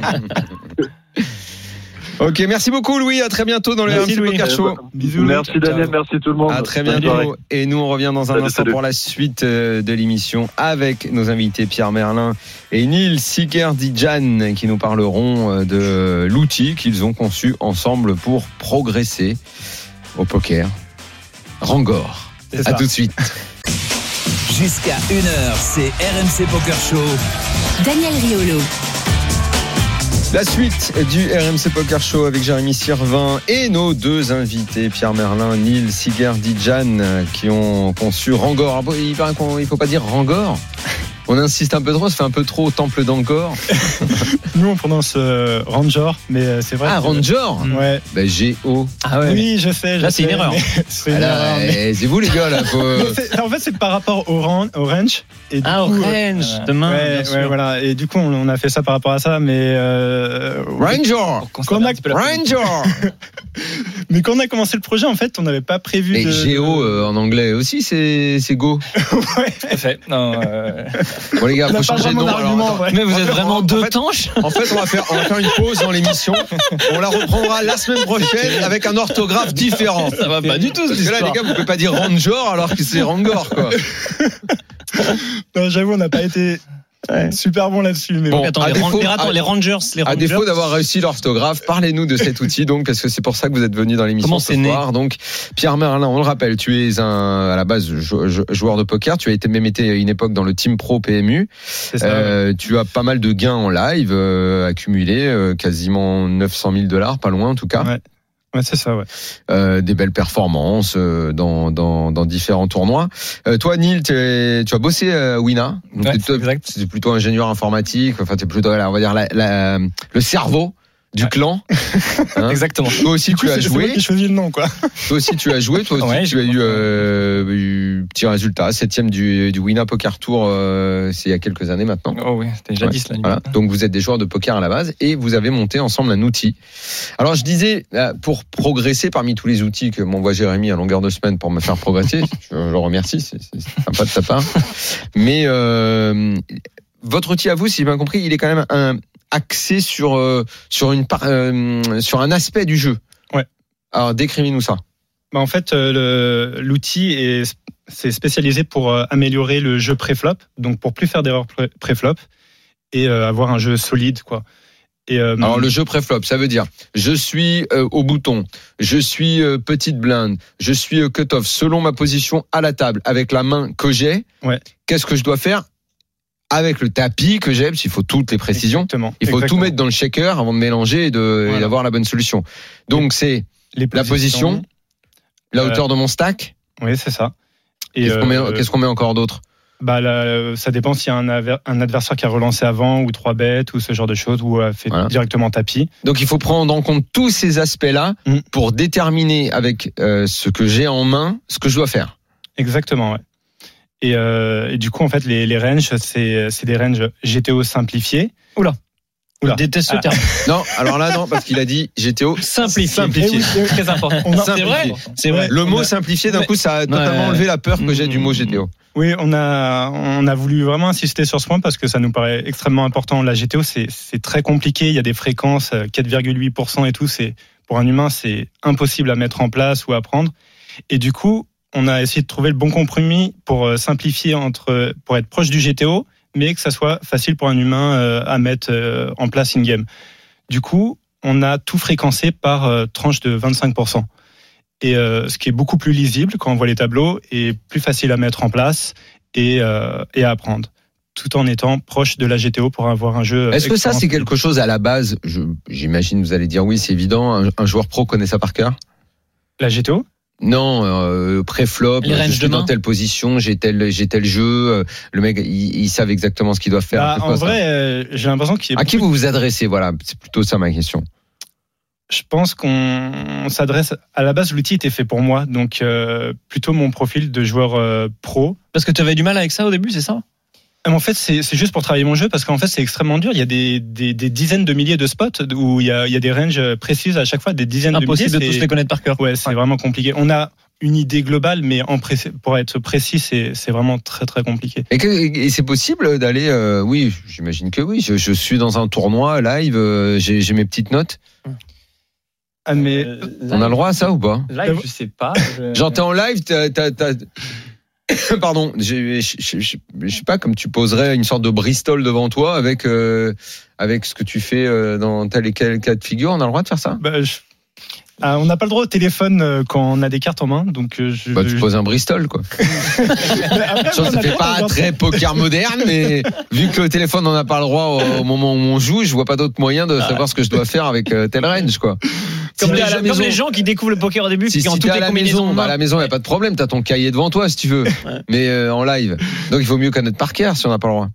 Speaker 5: Ok, merci beaucoup Louis. À très bientôt dans le
Speaker 8: Merci,
Speaker 5: RMC
Speaker 8: Louis.
Speaker 5: Poker Show.
Speaker 8: Bisous.
Speaker 9: Merci Daniel, merci tout le monde.
Speaker 5: À Ah, très
Speaker 9: Bonne soirée.
Speaker 5: bientôt. Et nous, on revient dans un
Speaker 9: Salut,
Speaker 5: instant
Speaker 9: salut.
Speaker 5: pour la suite euh, de l'émission avec nos invités Pierre Merlin et Neil Sicker Dijan qui nous parleront euh, de l'outil qu'ils ont conçu ensemble pour progresser au poker. Rangor.
Speaker 8: C'est
Speaker 5: À
Speaker 8: ça.
Speaker 5: tout de suite.
Speaker 4: Jusqu'à 1h, c'est RMC Poker Show.
Speaker 3: Daniel Riolo.
Speaker 5: La suite du RMC Poker Show avec Jérémy Sirvin et nos deux invités, Pierre Merlin, Neil Sigar Dijan, euh, qui ont conçu Rangor. Ah bon, Il paraît qu'on- il faut pas dire Rangor. On insiste un peu trop, ça fait un peu trop temple d'Angkor.
Speaker 8: Nous, on prononce euh, Ranger, mais euh, c'est vrai.
Speaker 5: Ah,
Speaker 8: que-
Speaker 5: Rangor
Speaker 8: Ouais.
Speaker 5: bah, G-O.
Speaker 7: Ah
Speaker 8: Oui, je sais. je
Speaker 6: Là, c'est une
Speaker 8: sais,
Speaker 6: erreur.
Speaker 8: mais- c'est une
Speaker 5: Alors,
Speaker 8: erreur, mais-
Speaker 5: eh, C'est vous les gars là. faut-
Speaker 8: Non, c'est- En fait, c'est par rapport au ran- au range. Et du
Speaker 6: Ah,
Speaker 8: coup, euh,
Speaker 6: Orange,
Speaker 7: euh,
Speaker 6: demain,
Speaker 8: ouais,
Speaker 6: bien sûr.
Speaker 8: ouais, voilà. Et du coup, on, on a fait ça par rapport à ça, mais euh,
Speaker 5: Ranger
Speaker 7: Pour conserver
Speaker 8: Comme
Speaker 7: un petit peu la-
Speaker 5: Ranger
Speaker 8: mais quand on a commencé le projet, en fait, on n'avait pas prévu.
Speaker 5: Mais
Speaker 8: de...
Speaker 5: G-O euh, en anglais aussi, c'est c'est Go.
Speaker 7: Tout à fait. Non, euh,
Speaker 5: Bon les gars,
Speaker 8: On n'a
Speaker 5: faut
Speaker 8: pas
Speaker 5: changer de
Speaker 8: vraiment
Speaker 5: nom. Alors,
Speaker 8: d'argument. ouais.
Speaker 6: Mais vous
Speaker 5: En
Speaker 6: êtes
Speaker 5: fait,
Speaker 6: vraiment
Speaker 5: en
Speaker 6: deux
Speaker 5: fait-
Speaker 6: tanches
Speaker 5: En fait, on va faire, on va faire une pause dans l'émission. On la reprendra la semaine prochaine avec un orthographe différent.
Speaker 6: Ça va pas du tout,
Speaker 5: Parce
Speaker 6: cette
Speaker 5: que là, les
Speaker 6: histoire.
Speaker 5: gars, vous pouvez pas dire Rangor alors que c'est Rangor, quoi.
Speaker 8: Non, j'avoue, on n'a pas été super bon là-dessus. Mais
Speaker 5: Bon,
Speaker 6: Attends,
Speaker 5: à
Speaker 6: les, ran-
Speaker 5: défaut-
Speaker 6: les- attends,
Speaker 5: à-
Speaker 6: les Rangers, les
Speaker 5: À
Speaker 6: Rangers.
Speaker 5: défaut d'avoir réussi l'orthographe, parlez-nous de cet outil, donc, parce que c'est pour ça que vous êtes venu dans l'émission
Speaker 6: Comment
Speaker 5: ce
Speaker 6: c'est né
Speaker 5: soir. Donc, Pierre Merlin, on le rappelle, tu es un, à la base, jou- jou- joueur de poker. Tu as été même été à une époque dans le team pro PMU.
Speaker 8: c'est ça.
Speaker 5: Euh, tu as pas mal de gains en live, euh, accumulés, euh, quasiment 900 000 dollars, pas loin en tout cas.
Speaker 8: Ouais. Ouais, c'est ça, ouais.
Speaker 5: euh, des belles performances euh, dans, dans, dans différents tournois. Euh, toi, Neil, t'es- tu as bossé à Wina. Donc,
Speaker 7: ouais,
Speaker 5: t'es- toi,
Speaker 7: exact.
Speaker 5: t'es plutôt ingénieur informatique. Enfin, tu es plutôt, voilà, on va dire, la- la- le cerveau du clan. Hein
Speaker 7: Exactement.
Speaker 5: toi aussi,
Speaker 8: Du coup,
Speaker 5: tu as
Speaker 8: c'est- c'est moi
Speaker 5: joué.
Speaker 8: qui ai choisi le nom, quoi.
Speaker 5: Toi aussi, tu as joué. Toi aussi,
Speaker 7: Ouais,
Speaker 5: tu as eu, euh, eu petit résultat, septième du, du Wina Poker Tour, euh, c'est il y a quelques années maintenant.
Speaker 7: Oh oui, c'était jadis là.
Speaker 5: Voilà. Donc vous êtes des joueurs de poker à la base et vous avez monté ensemble un outil. Alors je disais, euh, pour progresser parmi tous les outils que m'envoie Jérémy à longueur de semaine pour me faire progresser, je le remercie, c'est c'est sympa de sa part. Mais euh, votre outil à vous, si j'ai bien compris, il est quand même un, axé sur, euh, sur, une par- euh, sur un aspect du jeu.
Speaker 8: Ouais.
Speaker 5: Alors décrivez-nous ça.
Speaker 8: Bah, en fait, euh, le- l'outil est, c'est spécialisé pour euh, améliorer le jeu préflop, donc pour plus faire d'erreurs pré- préflop et euh, avoir un jeu solide, quoi. Et, euh,
Speaker 5: Alors le jeu préflop, ça veut dire je suis euh, au bouton, je suis euh, petite blinde, je suis euh, cut-off selon ma position à la table avec la main que j'ai.
Speaker 8: Ouais.
Speaker 5: Qu'est-ce que je dois faire avec le tapis que j'ai Parce qu'il faut toutes les précisions.
Speaker 8: Exactement.
Speaker 5: Il faut
Speaker 8: Exactement.
Speaker 5: tout mettre dans le shaker avant de mélanger et de- et
Speaker 8: Voilà.
Speaker 5: d'avoir la bonne solution. Donc c'est
Speaker 8: Les
Speaker 5: la position, la
Speaker 8: Euh,
Speaker 5: hauteur de mon stack.
Speaker 8: Oui, c'est ça. Et,
Speaker 5: Qu'est-ce qu'on met,
Speaker 8: euh,
Speaker 5: qu'est-ce qu'on met encore d'autre
Speaker 8: bah, là, euh, ça dépend s'il y a un, aver- un adversaire qui a relancé avant ou trois bêtes ou ce genre de choses ou a fait
Speaker 5: Voilà.
Speaker 8: directement tapis.
Speaker 5: Donc il faut prendre en compte tous ces aspects-là
Speaker 8: Mm.
Speaker 5: pour déterminer avec euh, ce que j'ai en main ce que je dois faire.
Speaker 8: Exactement, ouais. Et, euh, et du coup, en fait, les, les ranges, c'est c'est des ranges GTO simplifiés.
Speaker 6: Je
Speaker 5: Ah,
Speaker 6: déteste ce terme.
Speaker 5: Non, alors là non parce qu'il a dit GTO
Speaker 6: Simplifié. Eh
Speaker 5: Simplifié.
Speaker 7: Très important.
Speaker 8: On a-
Speaker 6: C'est vrai, c'est vrai.
Speaker 5: Le
Speaker 8: on
Speaker 5: mot
Speaker 8: a-
Speaker 5: simplifié, d'un
Speaker 6: Mais-
Speaker 5: coup, ça a totalement
Speaker 6: Ouais.
Speaker 5: enlevé la peur que j'ai du mot
Speaker 6: Mm.
Speaker 5: GTO.
Speaker 8: Oui, on a, on a voulu vraiment insister sur ce point parce que ça nous paraît extrêmement important. La GTO, c'est c'est très compliqué. Il y a des fréquences, euh, 4,8% et tout. C'est Pour un humain, c'est impossible à mettre en place ou à prendre. Et du coup, on a essayé de trouver le bon compromis pour euh, simplifier, entre, pour être proche du GTO, mais que ça soit facile pour un humain euh, à mettre euh, en place in-game. Du coup, on a tout fréquencé par euh, tranche de 25%. Et euh, ce qui est beaucoup plus lisible quand on voit les tableaux et plus facile à mettre en place et, euh, et à apprendre, tout en étant proche de la GTO pour avoir un jeu. euh,
Speaker 5: Est-ce que ça, c'est
Speaker 8: expérimental.
Speaker 5: quelque chose à la base je- J'imagine, vous allez dire oui, c'est évident. Un, un joueur pro connaît ça par cœur
Speaker 8: la GTO
Speaker 5: Non, euh, pré-flop,
Speaker 6: Les
Speaker 5: je
Speaker 6: ranges
Speaker 5: suis
Speaker 6: de
Speaker 5: dans
Speaker 6: main.
Speaker 5: telle position, j'ai tel, j'ai tel jeu. euh, Le mec, ils ils savent exactement ce qu'ils doivent faire.
Speaker 8: Bah,
Speaker 5: C'est
Speaker 8: En
Speaker 5: quoi, ça
Speaker 8: vrai, euh, j'ai l'impression qu'il y a
Speaker 5: à qui vous vous adressez Voilà, c'est plutôt ça ma question.
Speaker 8: je pense qu'on on s'adresse. À la base, l'outil était fait pour moi, donc euh, plutôt mon profil de joueur euh, pro.
Speaker 6: Parce que tu avais du mal avec ça au début, c'est ça
Speaker 8: Et En fait, c'est c'est juste pour travailler mon jeu parce qu'en fait, c'est extrêmement dur. Il y a des, des, des dizaines de milliers de spots où il y, a, il y a des ranges précises à chaque fois, des dizaines
Speaker 6: Impossible
Speaker 8: de
Speaker 6: de
Speaker 8: milliers.
Speaker 6: tous
Speaker 8: c'est-
Speaker 6: les connaître par cœur.
Speaker 8: Ouais, c'est vraiment compliqué. On a une idée globale, mais en pré- pour être précis, c'est c'est vraiment très très compliqué.
Speaker 5: Et, que- et c'est possible d'aller euh, Oui, j'imagine que oui. Je, je suis dans un tournoi live, euh, j'ai j'ai mes petites notes.
Speaker 8: Ah, mais
Speaker 7: Euh,
Speaker 5: On a le
Speaker 7: live-
Speaker 5: droit à ça ou pas
Speaker 7: Live, je sais pas. je-
Speaker 5: Genre, t'es en live, t'as. t'as- t'as- Pardon, je je- je- je- je sais pas, comme tu poserais une sorte de Bristol devant toi avec, euh, avec ce que tu fais euh, dans tel et quel cas de figure, on a le droit de faire ça
Speaker 8: bah, je- Ah, on n'a pas le droit au téléphone euh, quand on a des cartes en main, donc euh, je.
Speaker 5: bah, Tu
Speaker 8: je-
Speaker 5: poses un Bristol, quoi. Genre,
Speaker 8: Après, on a
Speaker 5: ça
Speaker 8: le
Speaker 5: fait
Speaker 8: droit
Speaker 5: pas
Speaker 8: d'avoir-
Speaker 5: très poker moderne, mais vu que le téléphone n'en a pas le droit au, au moment où on joue, je vois pas d'autre moyen de savoir ce que je dois faire avec euh, tel range, quoi. Si
Speaker 6: Comme, les,
Speaker 5: t'es à la
Speaker 6: comme
Speaker 5: maison-
Speaker 6: les gens qui découvrent le poker au début,
Speaker 5: Si,
Speaker 6: qui ont
Speaker 5: si t'es
Speaker 6: toutes
Speaker 5: à
Speaker 6: les
Speaker 5: la
Speaker 6: combinaisons.
Speaker 5: maison,
Speaker 6: en
Speaker 5: bah, à
Speaker 6: main.
Speaker 5: la maison, il a pas de problème, t'as ton cahier devant toi si tu veux, mais euh, en live. Donc il vaut mieux connaître par cœur si on n'a pas le droit.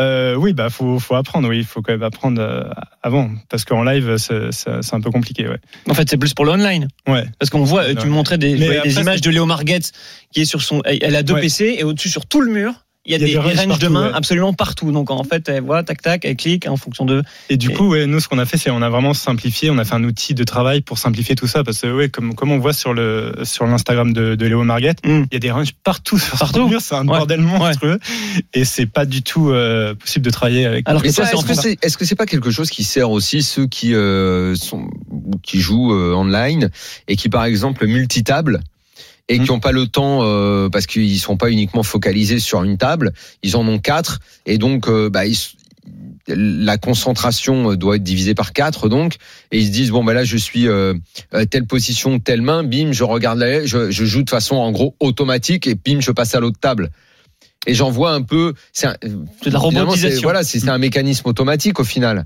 Speaker 8: Euh, oui, bah faut, faut apprendre, oui, faut quand même apprendre euh, avant, parce qu'en live c'est c'est- c'est un peu compliqué, ouais.
Speaker 6: En fait, c'est plus pour le online.
Speaker 8: Ouais.
Speaker 6: Parce qu'on voit, tu me montrais des, je
Speaker 8: Mais
Speaker 6: voyais des
Speaker 8: après,
Speaker 6: images de Léo Marguette qui est sur son. Elle a deux
Speaker 8: Ouais.
Speaker 6: PC et au-dessus, sur tout le mur, il y a, des, des ranges
Speaker 8: partout,
Speaker 6: de mains
Speaker 8: ouais.
Speaker 6: absolument partout. Donc en fait, elle voit, tac, tac, elle clique hein, en fonction de.
Speaker 8: Et du
Speaker 6: Et-
Speaker 8: coup, ouais, nous, ce qu'on a fait, c'est on a vraiment simplifié. On a fait un outil de travail pour simplifier tout ça, parce que ouais, comme comme on voit sur le sur l'Instagram de, de Léo Marguette, il
Speaker 6: Mm.
Speaker 8: y a des ranges partout sur
Speaker 6: Partout.
Speaker 8: son mur, c'est un
Speaker 6: Ouais.
Speaker 8: bordel monstrueux, et c'est pas du tout euh, possible de travailler
Speaker 7: Ah,
Speaker 8: avec.
Speaker 6: Alors
Speaker 5: Mais
Speaker 6: que
Speaker 5: ça,
Speaker 6: ça, c'est en
Speaker 5: est-ce que
Speaker 6: France.
Speaker 5: c'est est-ce que c'est pas quelque chose qui sert aussi ceux qui euh, sont ou qui jouent euh, online et qui par exemple multitablent et
Speaker 6: Hmm.
Speaker 5: qui n'ont pas le temps euh, parce qu'ils sont pas uniquement focalisés sur une table, ils en ont quatre et donc euh, bah, ils s- la concentration euh, doit être divisée par quatre donc et ils se disent bon bah là je suis euh, euh, telle position telle main bim je regarde la, je, je joue de façon en gros automatique et bim je passe à l'autre table et j'en vois un peu c'est un-
Speaker 6: C'est de la
Speaker 5: Finalement, c'est-
Speaker 6: robotisation.
Speaker 5: Voilà, c'est c'est un mécanisme automatique au final.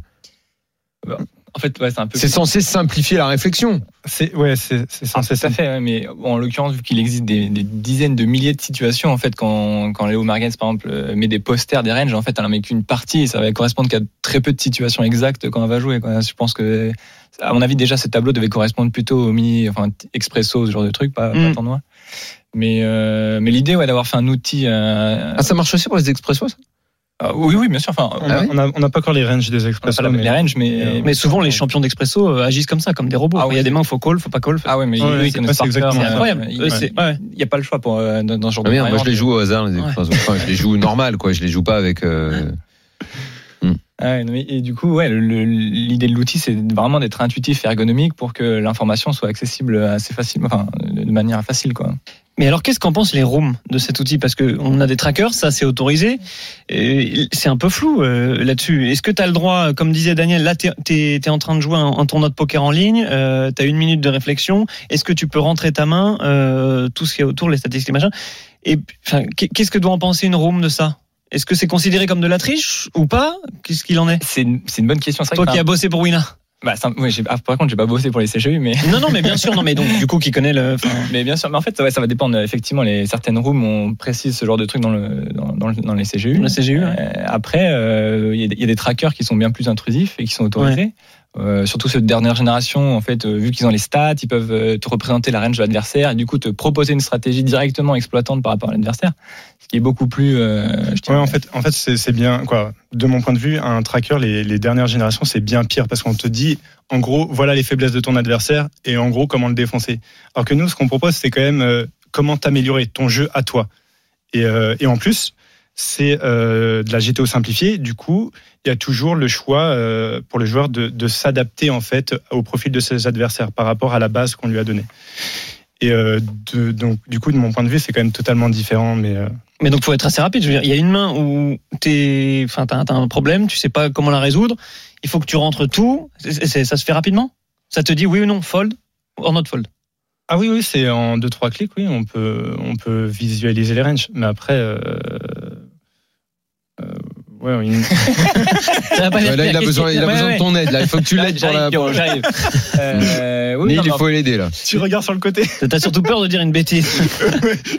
Speaker 7: En fait, ouais, c'est un peu.
Speaker 5: C'est censé simplifier la réflexion.
Speaker 8: C'est ouais, c'est c'est
Speaker 7: Ah,
Speaker 8: censé
Speaker 7: tout
Speaker 8: ça.
Speaker 7: à fait, ouais, mais bon, en l'occurrence, vu qu'il existe des, des dizaines de milliers de situations, en fait, quand, quand Léo Marguerite, par exemple, euh, met des posters, des ranges, en fait, elle en met qu'une partie et ça va correspondre qu'à très peu de situations exactes quand elle va jouer. quoi. Je pense que, à mon avis, déjà, ce tableau devait correspondre plutôt au mini, enfin, t- expresso, ce genre de truc, pas, pas
Speaker 6: Mm.
Speaker 7: tournoi. Mais, euh, mais l'idée, ouais, d'avoir fait un outil. euh,
Speaker 5: Ah, ça marche aussi pour les expressos, ça
Speaker 7: ah, oui, ah oui, bien sûr. Enfin,
Speaker 8: On
Speaker 7: on a-
Speaker 8: a- on a- on n'a pas encore les ranges des
Speaker 7: on a
Speaker 8: expressions.
Speaker 7: pas la- les ranges, mais. euh,
Speaker 6: Mais souvent, les champions d'expresso euh, agissent comme ça, comme des robots.
Speaker 7: Ah
Speaker 6: il y a des mains, faut call, faut pas call. faut-
Speaker 7: Ah ouais, mais
Speaker 8: Ouais,
Speaker 7: eux,
Speaker 8: c'est
Speaker 7: ils connaissent
Speaker 8: pas-
Speaker 7: par
Speaker 8: c'est
Speaker 7: cœur.
Speaker 8: exactement
Speaker 6: c'est
Speaker 7: euh,
Speaker 6: incroyable.
Speaker 7: ils-
Speaker 6: Eux, c'est- ouais.
Speaker 7: Il n'y a pas le choix pour, euh, dans, dans ce genre
Speaker 5: Ah
Speaker 7: de
Speaker 5: merde, moi
Speaker 7: variante.
Speaker 5: je les joue au hasard, les expressos. Enfin, je les joue normal, quoi. Je les joue pas avec. euh,
Speaker 7: Ah ouais, non, mais- et du coup, ouais, le- le- l'idée de l'outil, c'est vraiment d'être intuitif et ergonomique pour que l'information soit accessible assez facilement, enfin, de de manière facile, quoi.
Speaker 6: Mais alors, qu'est-ce qu'en pensent les rooms de cet outil Parce que on a des trackers, ça c'est autorisé. Et C'est un peu flou euh, là-dessus. Est-ce que tu as le droit, comme disait Daniel, là tu es, en train de jouer un, un tournoi de poker en ligne, tu as une minute de réflexion, est-ce que tu peux rentrer ta main, euh, tout ce qui est autour, les statistiques, machin Et puis, enfin, qu'est- qu'est-ce que doit en penser une room de ça Est-ce que c'est considéré comme de la triche ou pas Qu'est-ce qu'il en est
Speaker 7: C'est une, c'est une bonne question. C'est
Speaker 6: Toi
Speaker 7: vrai que
Speaker 6: qui as bossé pour Wina.
Speaker 7: bah, c'est un- ouais, j'ai- ah, par contre, j'ai pas bossé pour les CGU, mais.
Speaker 6: Non, non, mais bien sûr, non, mais donc du coup qui connaît le. enfin,
Speaker 7: Mais bien sûr, mais en fait, ouais, ça va dépendre. Effectivement, les certaines rooms, on précise ce genre de trucs dans, le, dans, dans le- dans les CGU.
Speaker 6: Dans les CGU, ouais.
Speaker 7: Euh, après, euh, il y, a des- il y a des trackers qui sont bien plus intrusifs et qui sont autorisés. Euh, surtout cette dernière génération, en fait, euh, vu qu'ils ont les stats, ils peuvent euh, te représenter la range de l'adversaire et du coup te proposer une stratégie directement exploitante par rapport à l'adversaire, ce qui est beaucoup plus. euh, je
Speaker 8: Ouais,
Speaker 7: dirais-
Speaker 8: en fait, en fait, c'est c'est bien quoi. De mon point de vue, un tracker, les, les dernières générations, c'est bien pire parce qu'on te dit, en gros, voilà les faiblesses de ton adversaire et en gros comment le défoncer. Alors que nous, ce qu'on propose, c'est quand même euh, comment t'améliorer ton jeu à toi. Et, euh, et en plus, c'est euh, de la GTO simplifiée. Du coup, il y a toujours le choix euh, pour le joueur de, de s'adapter en fait au profil de ses adversaires par rapport à la base qu'on lui a donnée. Et euh, de- donc, du coup, de mon point de vue, c'est quand même totalement différent, mais. euh,
Speaker 6: Mais donc faut être assez rapide. Je veux dire, il y a une main où t'es, enfin t'as t'as un problème, tu sais pas comment la résoudre. Il faut que tu rentres tout. C'est- c'est- ça se fait rapidement. Ça te dit oui ou non fold or not fold.
Speaker 8: Ah oui, oui, c'est en 2-3 clics, oui, on peut, on peut visualiser les ranges. Mais après. Euh, euh, ouais, une-
Speaker 6: Ça va pas
Speaker 5: Là,
Speaker 6: l'air
Speaker 5: il a
Speaker 6: clair.
Speaker 5: besoin, il a
Speaker 6: Ouais,
Speaker 5: besoin
Speaker 6: ouais.
Speaker 5: de ton aide. Là, il faut que tu l'aides pour la.
Speaker 7: J'arrive,
Speaker 5: pour
Speaker 7: Pierrot,
Speaker 5: la-
Speaker 7: j'arrive. Euh, oui, non,
Speaker 5: Neil,
Speaker 7: mais
Speaker 5: il faut l'aider là.
Speaker 8: tu regardes sur le côté,
Speaker 6: T'as surtout peur de dire une bêtise.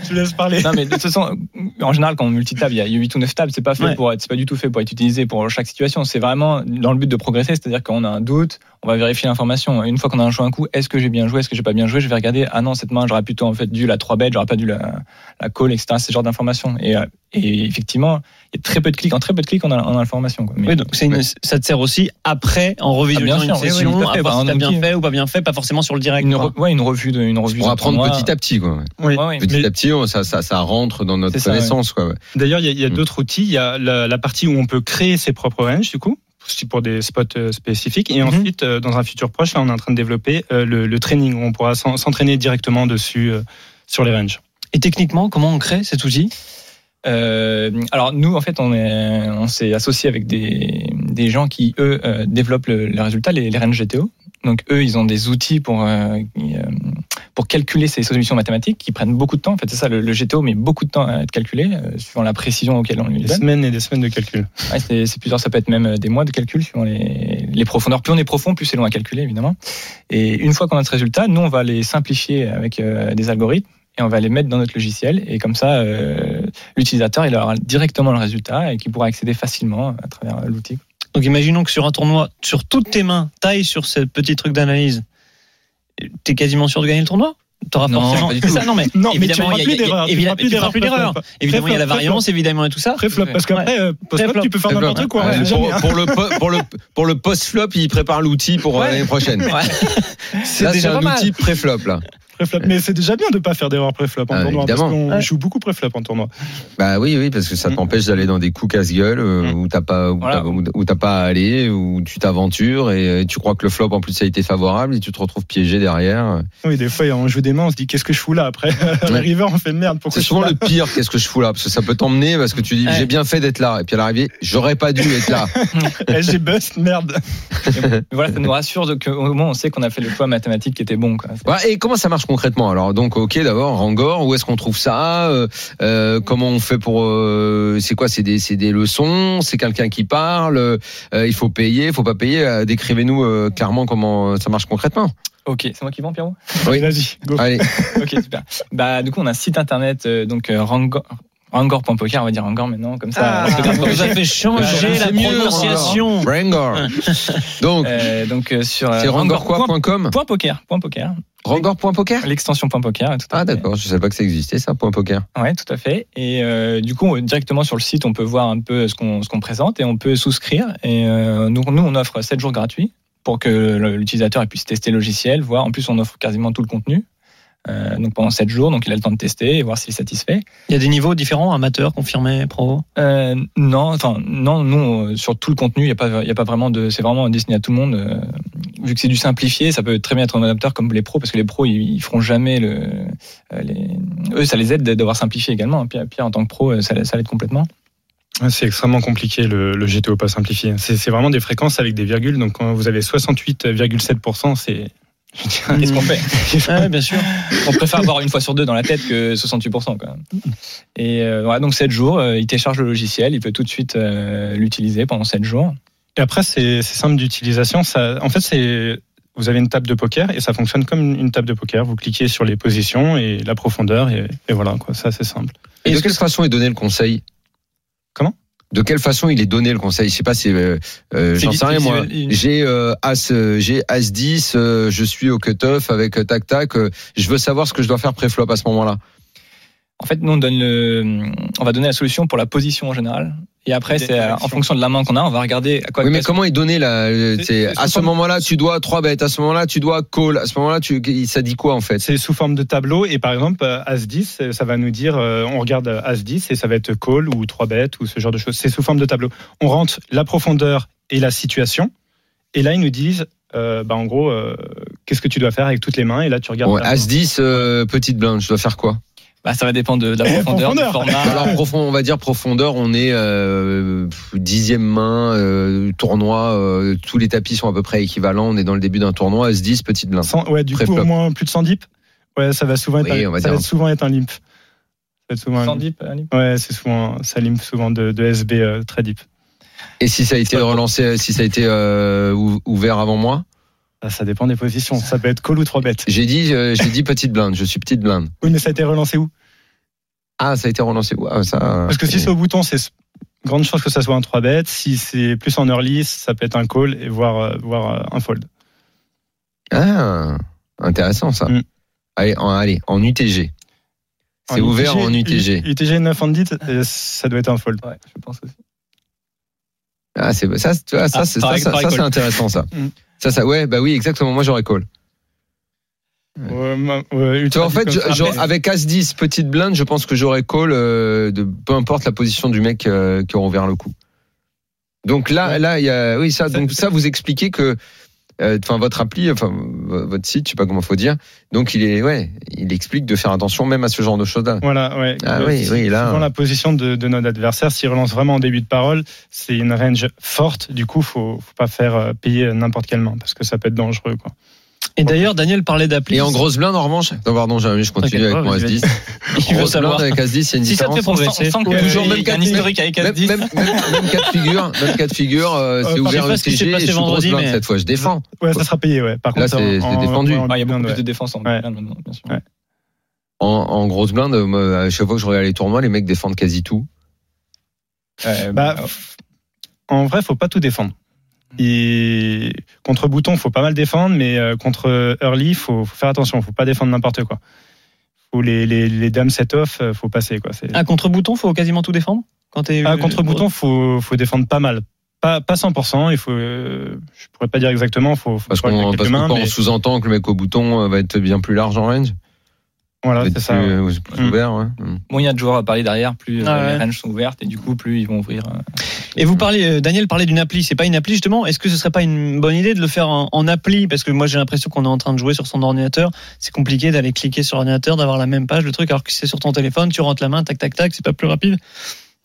Speaker 8: tu laisses parler.
Speaker 7: Non mais de toute façon, en général, quand on multitable, il y a 8 ou 9 tables, c'est pas fait
Speaker 6: Ouais.
Speaker 7: pour être, c'est pas du tout fait pour être utilisé pour chaque situation. C'est vraiment dans le but de progresser, c'est-à-dire qu'on a un doute, on va vérifier l'information. Une fois qu'on a joué un coup, est-ce que j'ai bien joué, est-ce que j'ai pas bien joué, je vais regarder. Ah non, cette main, j'aurais plutôt en fait dû la 3 bet, j'aurais pas dû la, la call, etc. C'est ce genre d'information. Et, euh, et effectivement, il y a très peu de clics, en très peu de clics, on a, on a l'information. quoi. Mais-
Speaker 6: Oui, donc c'est une- ça te sert aussi après en revisionnant
Speaker 7: Ah, bien
Speaker 6: une
Speaker 7: sûr, oui, oui,
Speaker 6: session,
Speaker 7: tout à fait.
Speaker 6: à voir
Speaker 7: Bah,
Speaker 6: si
Speaker 7: un
Speaker 6: t'as bien
Speaker 7: outil.
Speaker 6: fait ou pas bien fait, pas forcément sur le direct.
Speaker 7: une,
Speaker 6: quoi.
Speaker 7: re- ouais, une revue de, une revue
Speaker 5: Pour
Speaker 7: de
Speaker 5: apprendre
Speaker 7: tournoi.
Speaker 5: petit à petit, quoi.
Speaker 8: Oui.
Speaker 7: Ouais, ouais.
Speaker 5: Petit
Speaker 8: Mais-
Speaker 5: à petit, on- ça, ça, ça rentre dans notre
Speaker 7: C'est ça,
Speaker 5: connaissance, quoi.
Speaker 8: D'ailleurs, il y a, il y a
Speaker 5: Mm.
Speaker 8: d'autres outils. Il y a la, la partie où on peut créer ses propres ranges, du coup, aussi pour des spots euh, spécifiques. Et ensuite, euh, dans un futur proche, là, on est en train de développer euh, le, le training. où On pourra s'en- s'entraîner directement dessus euh, sur les ranges.
Speaker 6: Et techniquement, comment on crée cet outil
Speaker 7: Euh, alors nous, en fait, on est, on s'est associé avec des, des gens qui eux euh, développent le, le résultat, les, les ranges GTO. Donc eux, ils ont des outils pour euh, qui, euh, pour calculer ces solutions mathématiques qui prennent beaucoup de temps. En fait, c'est ça le, le GTO met beaucoup de temps à être calculé euh, suivant la précision auquel on lui
Speaker 8: Des
Speaker 7: donne.
Speaker 8: semaines et des semaines de calcul.
Speaker 7: Ouais, c'est c'est plusieurs, ça peut être même euh, des mois de calcul suivant les, les profondeurs. Plus on est profond, plus c'est long à calculer, évidemment. Et une fois qu'on a ce résultat, nous, on va les simplifier avec euh, des algorithmes et on va les mettre dans notre logiciel. Et comme ça, euh, l'utilisateur, il aura directement le résultat et qui pourra accéder facilement à travers euh, l'outil.
Speaker 6: Donc imaginons que sur un tournoi, sur toutes tes mains, taille sur ce petit truc d'analyse, t'es quasiment sûr de gagner le tournoi T'auras
Speaker 7: Non,
Speaker 6: forcément.
Speaker 7: pas du
Speaker 6: C'est
Speaker 7: tout.
Speaker 6: ça, non, mais
Speaker 8: Eh, Non, mais
Speaker 6: évidemment,
Speaker 8: tu auras
Speaker 6: il y a-
Speaker 8: plus
Speaker 6: il y a-
Speaker 8: d'erreurs, tu
Speaker 6: évidemment,
Speaker 8: auras plus
Speaker 6: tu auras
Speaker 8: d'erreurs,
Speaker 6: plus d'erreurs.
Speaker 8: pré-flop.
Speaker 6: Évidemment, il y a la
Speaker 8: Pré-flop,
Speaker 6: variance, évidemment, et tout ça.
Speaker 8: Pré-flop, parce qu'après, euh, post-flop,
Speaker 6: Pré-flop.
Speaker 8: tu peux faire n'importe quoi.
Speaker 5: Ouais,
Speaker 8: on sait
Speaker 5: Eh ben, pour,
Speaker 8: jamais, hein.
Speaker 5: pour le, po- pour, le, pour le post-flop, il prépare l'outil pour euh,
Speaker 6: Ouais.
Speaker 5: l'année prochaine.
Speaker 6: Ouais.
Speaker 5: Là, c'est
Speaker 6: déjà
Speaker 5: un
Speaker 6: pas mal.
Speaker 5: outil pré-flop. Là.
Speaker 8: Pré-flop. Mais c'est déjà bien de ne pas faire d'erreur pré-flop en
Speaker 5: Ah,
Speaker 8: tournoi.
Speaker 5: évidemment.
Speaker 8: Parce qu'on
Speaker 6: Ouais.
Speaker 8: joue beaucoup pré-flop en tournoi.
Speaker 5: Bah oui, oui, parce que ça
Speaker 8: Mm.
Speaker 5: t'empêche d'aller dans des coups casse-gueule euh, où t'as pas, où
Speaker 7: Voilà.
Speaker 5: t'as- où- où t'as pas à aller, où tu t'aventures et euh, tu crois que le flop en plus a été favorable et tu te retrouves piégé derrière.
Speaker 8: Oui, des fois, on joue des mains, on se dit qu'est-ce que je fous là après À l'arrivée, on fait merde. Pourquoi
Speaker 5: C'est
Speaker 8: je suis
Speaker 5: souvent
Speaker 8: là
Speaker 5: le pire, qu'est-ce que je fous là Parce que ça peut t'emmener parce que tu dis
Speaker 6: Ouais.
Speaker 5: j'ai bien fait d'être là et puis à l'arrivée j'aurais pas dû être là.
Speaker 8: Eh, J'ai bust, merde.
Speaker 7: Mais voilà, ça nous rassure de- que, au moins, on sait qu'on a fait le choix mathématique qui était bon. Quoi.
Speaker 5: Ouais, Bah, et comment ça marche concrètement Alors donc ok d'abord Rangor, où est-ce qu'on trouve ça Euh, euh, Comment on fait pour euh, C'est quoi C'est des c'est des leçons C'est quelqu'un qui parle Euh, Il faut payer Il faut pas payer Euh, Décrivez-nous euh, clairement comment ça marche concrètement.
Speaker 7: Ok, c'est moi qui vends, Pierrot
Speaker 5: Oui.
Speaker 8: Vas-y, go.
Speaker 5: Allez.
Speaker 7: Ok, super. Bah, du coup, on a un site internet, euh, donc euh, Rangor- Rangor.poker, on va dire Rangor maintenant, comme ça.
Speaker 6: Ah,
Speaker 7: on se grave
Speaker 6: on nous
Speaker 7: corriger.
Speaker 6: a fait changer
Speaker 5: C'est
Speaker 6: la
Speaker 5: mieux,
Speaker 6: prononciation.
Speaker 5: Rangor. Donc
Speaker 7: Euh, donc euh, sur euh,
Speaker 5: c'est
Speaker 7: Point,
Speaker 5: rangor.com
Speaker 7: point poker, point poker,
Speaker 5: Rangor.poker
Speaker 7: l'extension point poker. Tout à
Speaker 5: Ah
Speaker 7: fait.
Speaker 5: d'accord, je savais pas que ça existait ça point poker.
Speaker 7: Ouais, tout à fait. Et euh, du coup, on- directement sur le site, on peut voir un peu ce qu'on ce qu'on présente et on peut souscrire. Et euh, donc, nous, on offre 7 jours gratuits pour que le- l'utilisateur puisse tester le logiciel, voir. En plus, on offre quasiment tout le contenu. Euh, donc pendant 7 jours, donc il a le temps de tester et voir s'il est satisfait.
Speaker 6: Il y a des niveaux différents, amateur, confirmé, pro.
Speaker 7: Euh, non, enfin non, non. euh, Sur tout le contenu, il y a pas, il y a pas vraiment de. C'est vraiment destiné à tout le monde. euh, vu que c'est du simplifié, ça peut très bien être un adapteur comme les pros, parce que les pros, ils, ils feront jamais le. euh, les... Eux, ça les aide d'avoir simplifié également. Pierre, Pierre, en tant que pro, euh, ça, ça l'aide complètement.
Speaker 8: Ouais, C'est extrêmement compliqué le, le GTO pas simplifié. C'est c'est vraiment des fréquences avec des virgules. Donc quand vous avez 68,7%, c'est.
Speaker 7: Qu'est-ce qu'on fait
Speaker 6: Mmh. Ah Ouais, bien sûr.
Speaker 7: On préfère avoir une fois sur deux dans la tête que 68%. Quoi. Et euh, voilà, donc 7 jours, euh, il télécharge le logiciel, il peut tout de suite euh, l'utiliser pendant 7 jours.
Speaker 8: Et après, c'est c'est simple d'utilisation. Ça- En fait, c'est. Vous avez une table de poker et ça fonctionne comme une, une table de poker. Vous cliquez sur les positions et la profondeur et, et voilà quoi. Ça c'est simple.
Speaker 5: Et de
Speaker 8: Est-ce
Speaker 5: quelle façon est donné le conseil
Speaker 8: Comment
Speaker 5: De quelle façon il est donné le conseil Je sais pas, c'est euh, euh,
Speaker 7: C'est
Speaker 5: j'en
Speaker 7: vi-
Speaker 5: sais rien
Speaker 7: c'est
Speaker 5: moi.
Speaker 7: visuel-
Speaker 5: J'ai euh, as euh, j'ai as 10, euh, je suis au cut-off avec euh, tac tac, euh, je veux savoir ce que je dois faire pré-flop à ce moment-là.
Speaker 7: En fait, nous, on, donne le, on va donner la solution pour la position en général. Et après,
Speaker 8: Des
Speaker 7: c'est euh, en
Speaker 8: actions.
Speaker 7: fonction de la main qu'on a, on va regarder à quoi
Speaker 5: Oui, mais
Speaker 7: correspond-
Speaker 5: comment est donné là euh,
Speaker 8: C'est-
Speaker 5: c'est
Speaker 8: c'est
Speaker 5: à ce
Speaker 8: souvent-
Speaker 5: moment-là tu dois 3 bêtes, à ce moment-là tu dois call, à ce moment-là tu ça dit quoi en fait
Speaker 8: C'est sous forme de tableau et par exemple euh, As 10, euh, ça va nous dire euh, on regarde euh, As 10 et ça va être call ou 3 bêtes ou ce genre de choses. C'est sous forme de tableau. On rentre la profondeur et la situation et là ils nous disent euh, bah, en gros euh, qu'est-ce que tu dois faire avec toutes les mains et là tu regardes.
Speaker 5: Bon,
Speaker 8: ta main.
Speaker 5: as 10 euh, petite blinde, je dois faire quoi
Speaker 7: Bah, ça va dépendre de, de la profondeur, du
Speaker 8: Profondeur.
Speaker 7: format.
Speaker 5: Alors profond, on va dire profondeur, on est euh, pff, dixième main, euh, tournoi, euh, tous les tapis sont à peu près équivalents, on est dans le début d'un tournoi, à 10 petite blinde.
Speaker 8: Cent- ouais, du coup
Speaker 5: Pré-flop.
Speaker 8: au moins plus de 100 dips. Ouais, ça va souvent être,
Speaker 5: Oui, on
Speaker 8: un,
Speaker 5: va
Speaker 8: ça
Speaker 5: dire.
Speaker 8: va souvent être un limp. Ça va être souvent un
Speaker 7: Sans
Speaker 8: limp.
Speaker 7: dip, euh, dip.
Speaker 8: Ouais, c'est souvent ça limp souvent de, de SB euh, très deep.
Speaker 5: Et si ça a été relancé, si ça a été euh, ou- ouvert avant moi,
Speaker 8: Ça, Bah, ça dépend des positions. Ça peut être call ou 3 bêtes.
Speaker 5: j'ai dit, euh, j'ai dit petite blinde, je suis petite blinde.
Speaker 8: Oui, mais ça a été relancé où
Speaker 5: Ah, ça a été relancé, où Ah, ça.
Speaker 8: Parce que si c'est au bouton, c'est grande chance que ça soit un 3 bet. Si c'est plus en early, ça peut être un call et voire, euh, voire euh, un fold.
Speaker 5: Ah, intéressant ça.
Speaker 8: Mm.
Speaker 5: Allez, en, allez, en UTG. C'est
Speaker 8: En
Speaker 5: ouvert en UTG.
Speaker 8: U- UTG 9 handed, euh, ça doit être un fold.
Speaker 7: Ouais, je pense aussi.
Speaker 5: Ah, c'est ça, c'est- ah, ça,
Speaker 7: Ah,
Speaker 5: c'est- ça,
Speaker 7: pareil,
Speaker 5: ça,
Speaker 7: pareil
Speaker 5: ça,
Speaker 7: call.
Speaker 5: c'est intéressant ça.
Speaker 8: Mm.
Speaker 5: Ça, ça, ouais, bah oui, exactement. Moi, j'aurais call.
Speaker 8: Ouais, ma- ouais,
Speaker 5: Tu vois,
Speaker 8: ultra
Speaker 5: en fait,
Speaker 8: deep
Speaker 5: je- ah,
Speaker 8: comme ça.
Speaker 5: je- avec As 10 petite blinde, je pense que j'aurais call euh, de peu importe la position du mec euh, qui aura ouvert le coup. Donc là, là, il y a, oui, ça, donc ça, vous expliquez que, euh, enfin, votre appli, enfin, v- votre site, je sais pas comment faut dire. Donc il est, ouais, il explique de faire attention même à ce genre de choses-là.
Speaker 8: Voilà, ouais.
Speaker 5: Ah
Speaker 8: Euh,
Speaker 5: oui,
Speaker 8: c'est
Speaker 5: oui, là.
Speaker 8: souvent la position de, de notre adversaire, s'il relance vraiment en début de parole, c'est une range forte. Du coup, faut, faut pas faire euh, payer n'importe quelle main parce que ça peut être dangereux. Quoi.
Speaker 6: Et d'ailleurs, Daniel parlait d'appli.
Speaker 5: Et en grosse blinde, en revanche, non, pardon, j'ai- je continue
Speaker 6: T'inquiète
Speaker 5: avec
Speaker 6: pas,
Speaker 5: mon S10.
Speaker 6: vas-y, il veut
Speaker 5: Grosse blinde
Speaker 6: savoir.
Speaker 5: avec S10, il y a une
Speaker 6: Si ça
Speaker 5: différence.
Speaker 6: te fait
Speaker 7: On sent, on
Speaker 6: progresser.
Speaker 7: sent que
Speaker 5: Ouais, toujours
Speaker 7: il
Speaker 5: même
Speaker 7: y a un
Speaker 5: quatre-
Speaker 7: historique avec
Speaker 5: Même,
Speaker 7: S10.
Speaker 5: même, même, même cas de figure, même cas de figure, euh, c'est
Speaker 8: je
Speaker 5: ouvert
Speaker 6: sais
Speaker 5: le
Speaker 6: pas ce qui s'est
Speaker 5: TG,
Speaker 6: passé
Speaker 5: je suis grosse
Speaker 6: vendredi,
Speaker 5: blinde
Speaker 6: mais-
Speaker 5: cette fois, je défends.
Speaker 8: Ouais, ça sera payé. Ouais. Par
Speaker 5: Là,
Speaker 8: contre,
Speaker 5: c'est-
Speaker 8: en-
Speaker 5: c'est défendu.
Speaker 8: en- en-
Speaker 7: Ah, il y a beaucoup
Speaker 8: ouais.
Speaker 7: plus de défense en Big
Speaker 8: Ouais.
Speaker 7: Blind maintenant, bien sûr.
Speaker 8: Ouais.
Speaker 5: En, en grosse blinde, euh, à chaque fois que je regarde les tournois, les mecs défendent quasi tout.
Speaker 7: Euh,
Speaker 8: Bah,
Speaker 7: bah,
Speaker 8: f- en vrai, faut pas tout défendre. Et contre bouton, faut pas mal défendre, mais euh, contre early, faut, faut faire attention. Faut pas défendre n'importe quoi. Faut les, les, les dames set off, euh, faut passer quoi. C'est-
Speaker 6: Un contre-bouton, faut quasiment tout défendre quand t'es.
Speaker 8: Ah, contre bouton, faut, faut défendre pas mal. Pas, pas 100%, il faut, euh, je pourrais pas dire exactement, faut, faut
Speaker 5: Parce
Speaker 8: faut
Speaker 5: qu'on
Speaker 8: quelques
Speaker 5: parce que
Speaker 8: mains,
Speaker 5: quand
Speaker 8: mais
Speaker 5: on sous-entend que le mec au bouton euh, va être bien plus large en range,
Speaker 8: voilà,
Speaker 6: Ah,
Speaker 5: va
Speaker 8: c'est
Speaker 5: être
Speaker 8: ça.
Speaker 5: plus, euh, plus
Speaker 8: Mm.
Speaker 5: ouvert. ouais. Mm.
Speaker 6: Bon, il y a de joueurs à parler derrière.
Speaker 7: plus euh,
Speaker 6: Ah ouais.
Speaker 7: les ranges sont ouvertes et du coup, plus ils vont ouvrir. euh,
Speaker 6: Et vous parlez, euh, Daniel parlait d'une appli. C'est pas une appli justement. Est-ce que ce serait pas une bonne idée de le faire en, en appli Parce que moi, j'ai l'impression qu'on est en train de jouer sur son ordinateur. C'est compliqué d'aller cliquer sur l'ordinateur, d'avoir la même page, le truc. Alors que si c'est sur ton téléphone, tu rentres la main, tac, tac, tac. C'est pas plus rapide.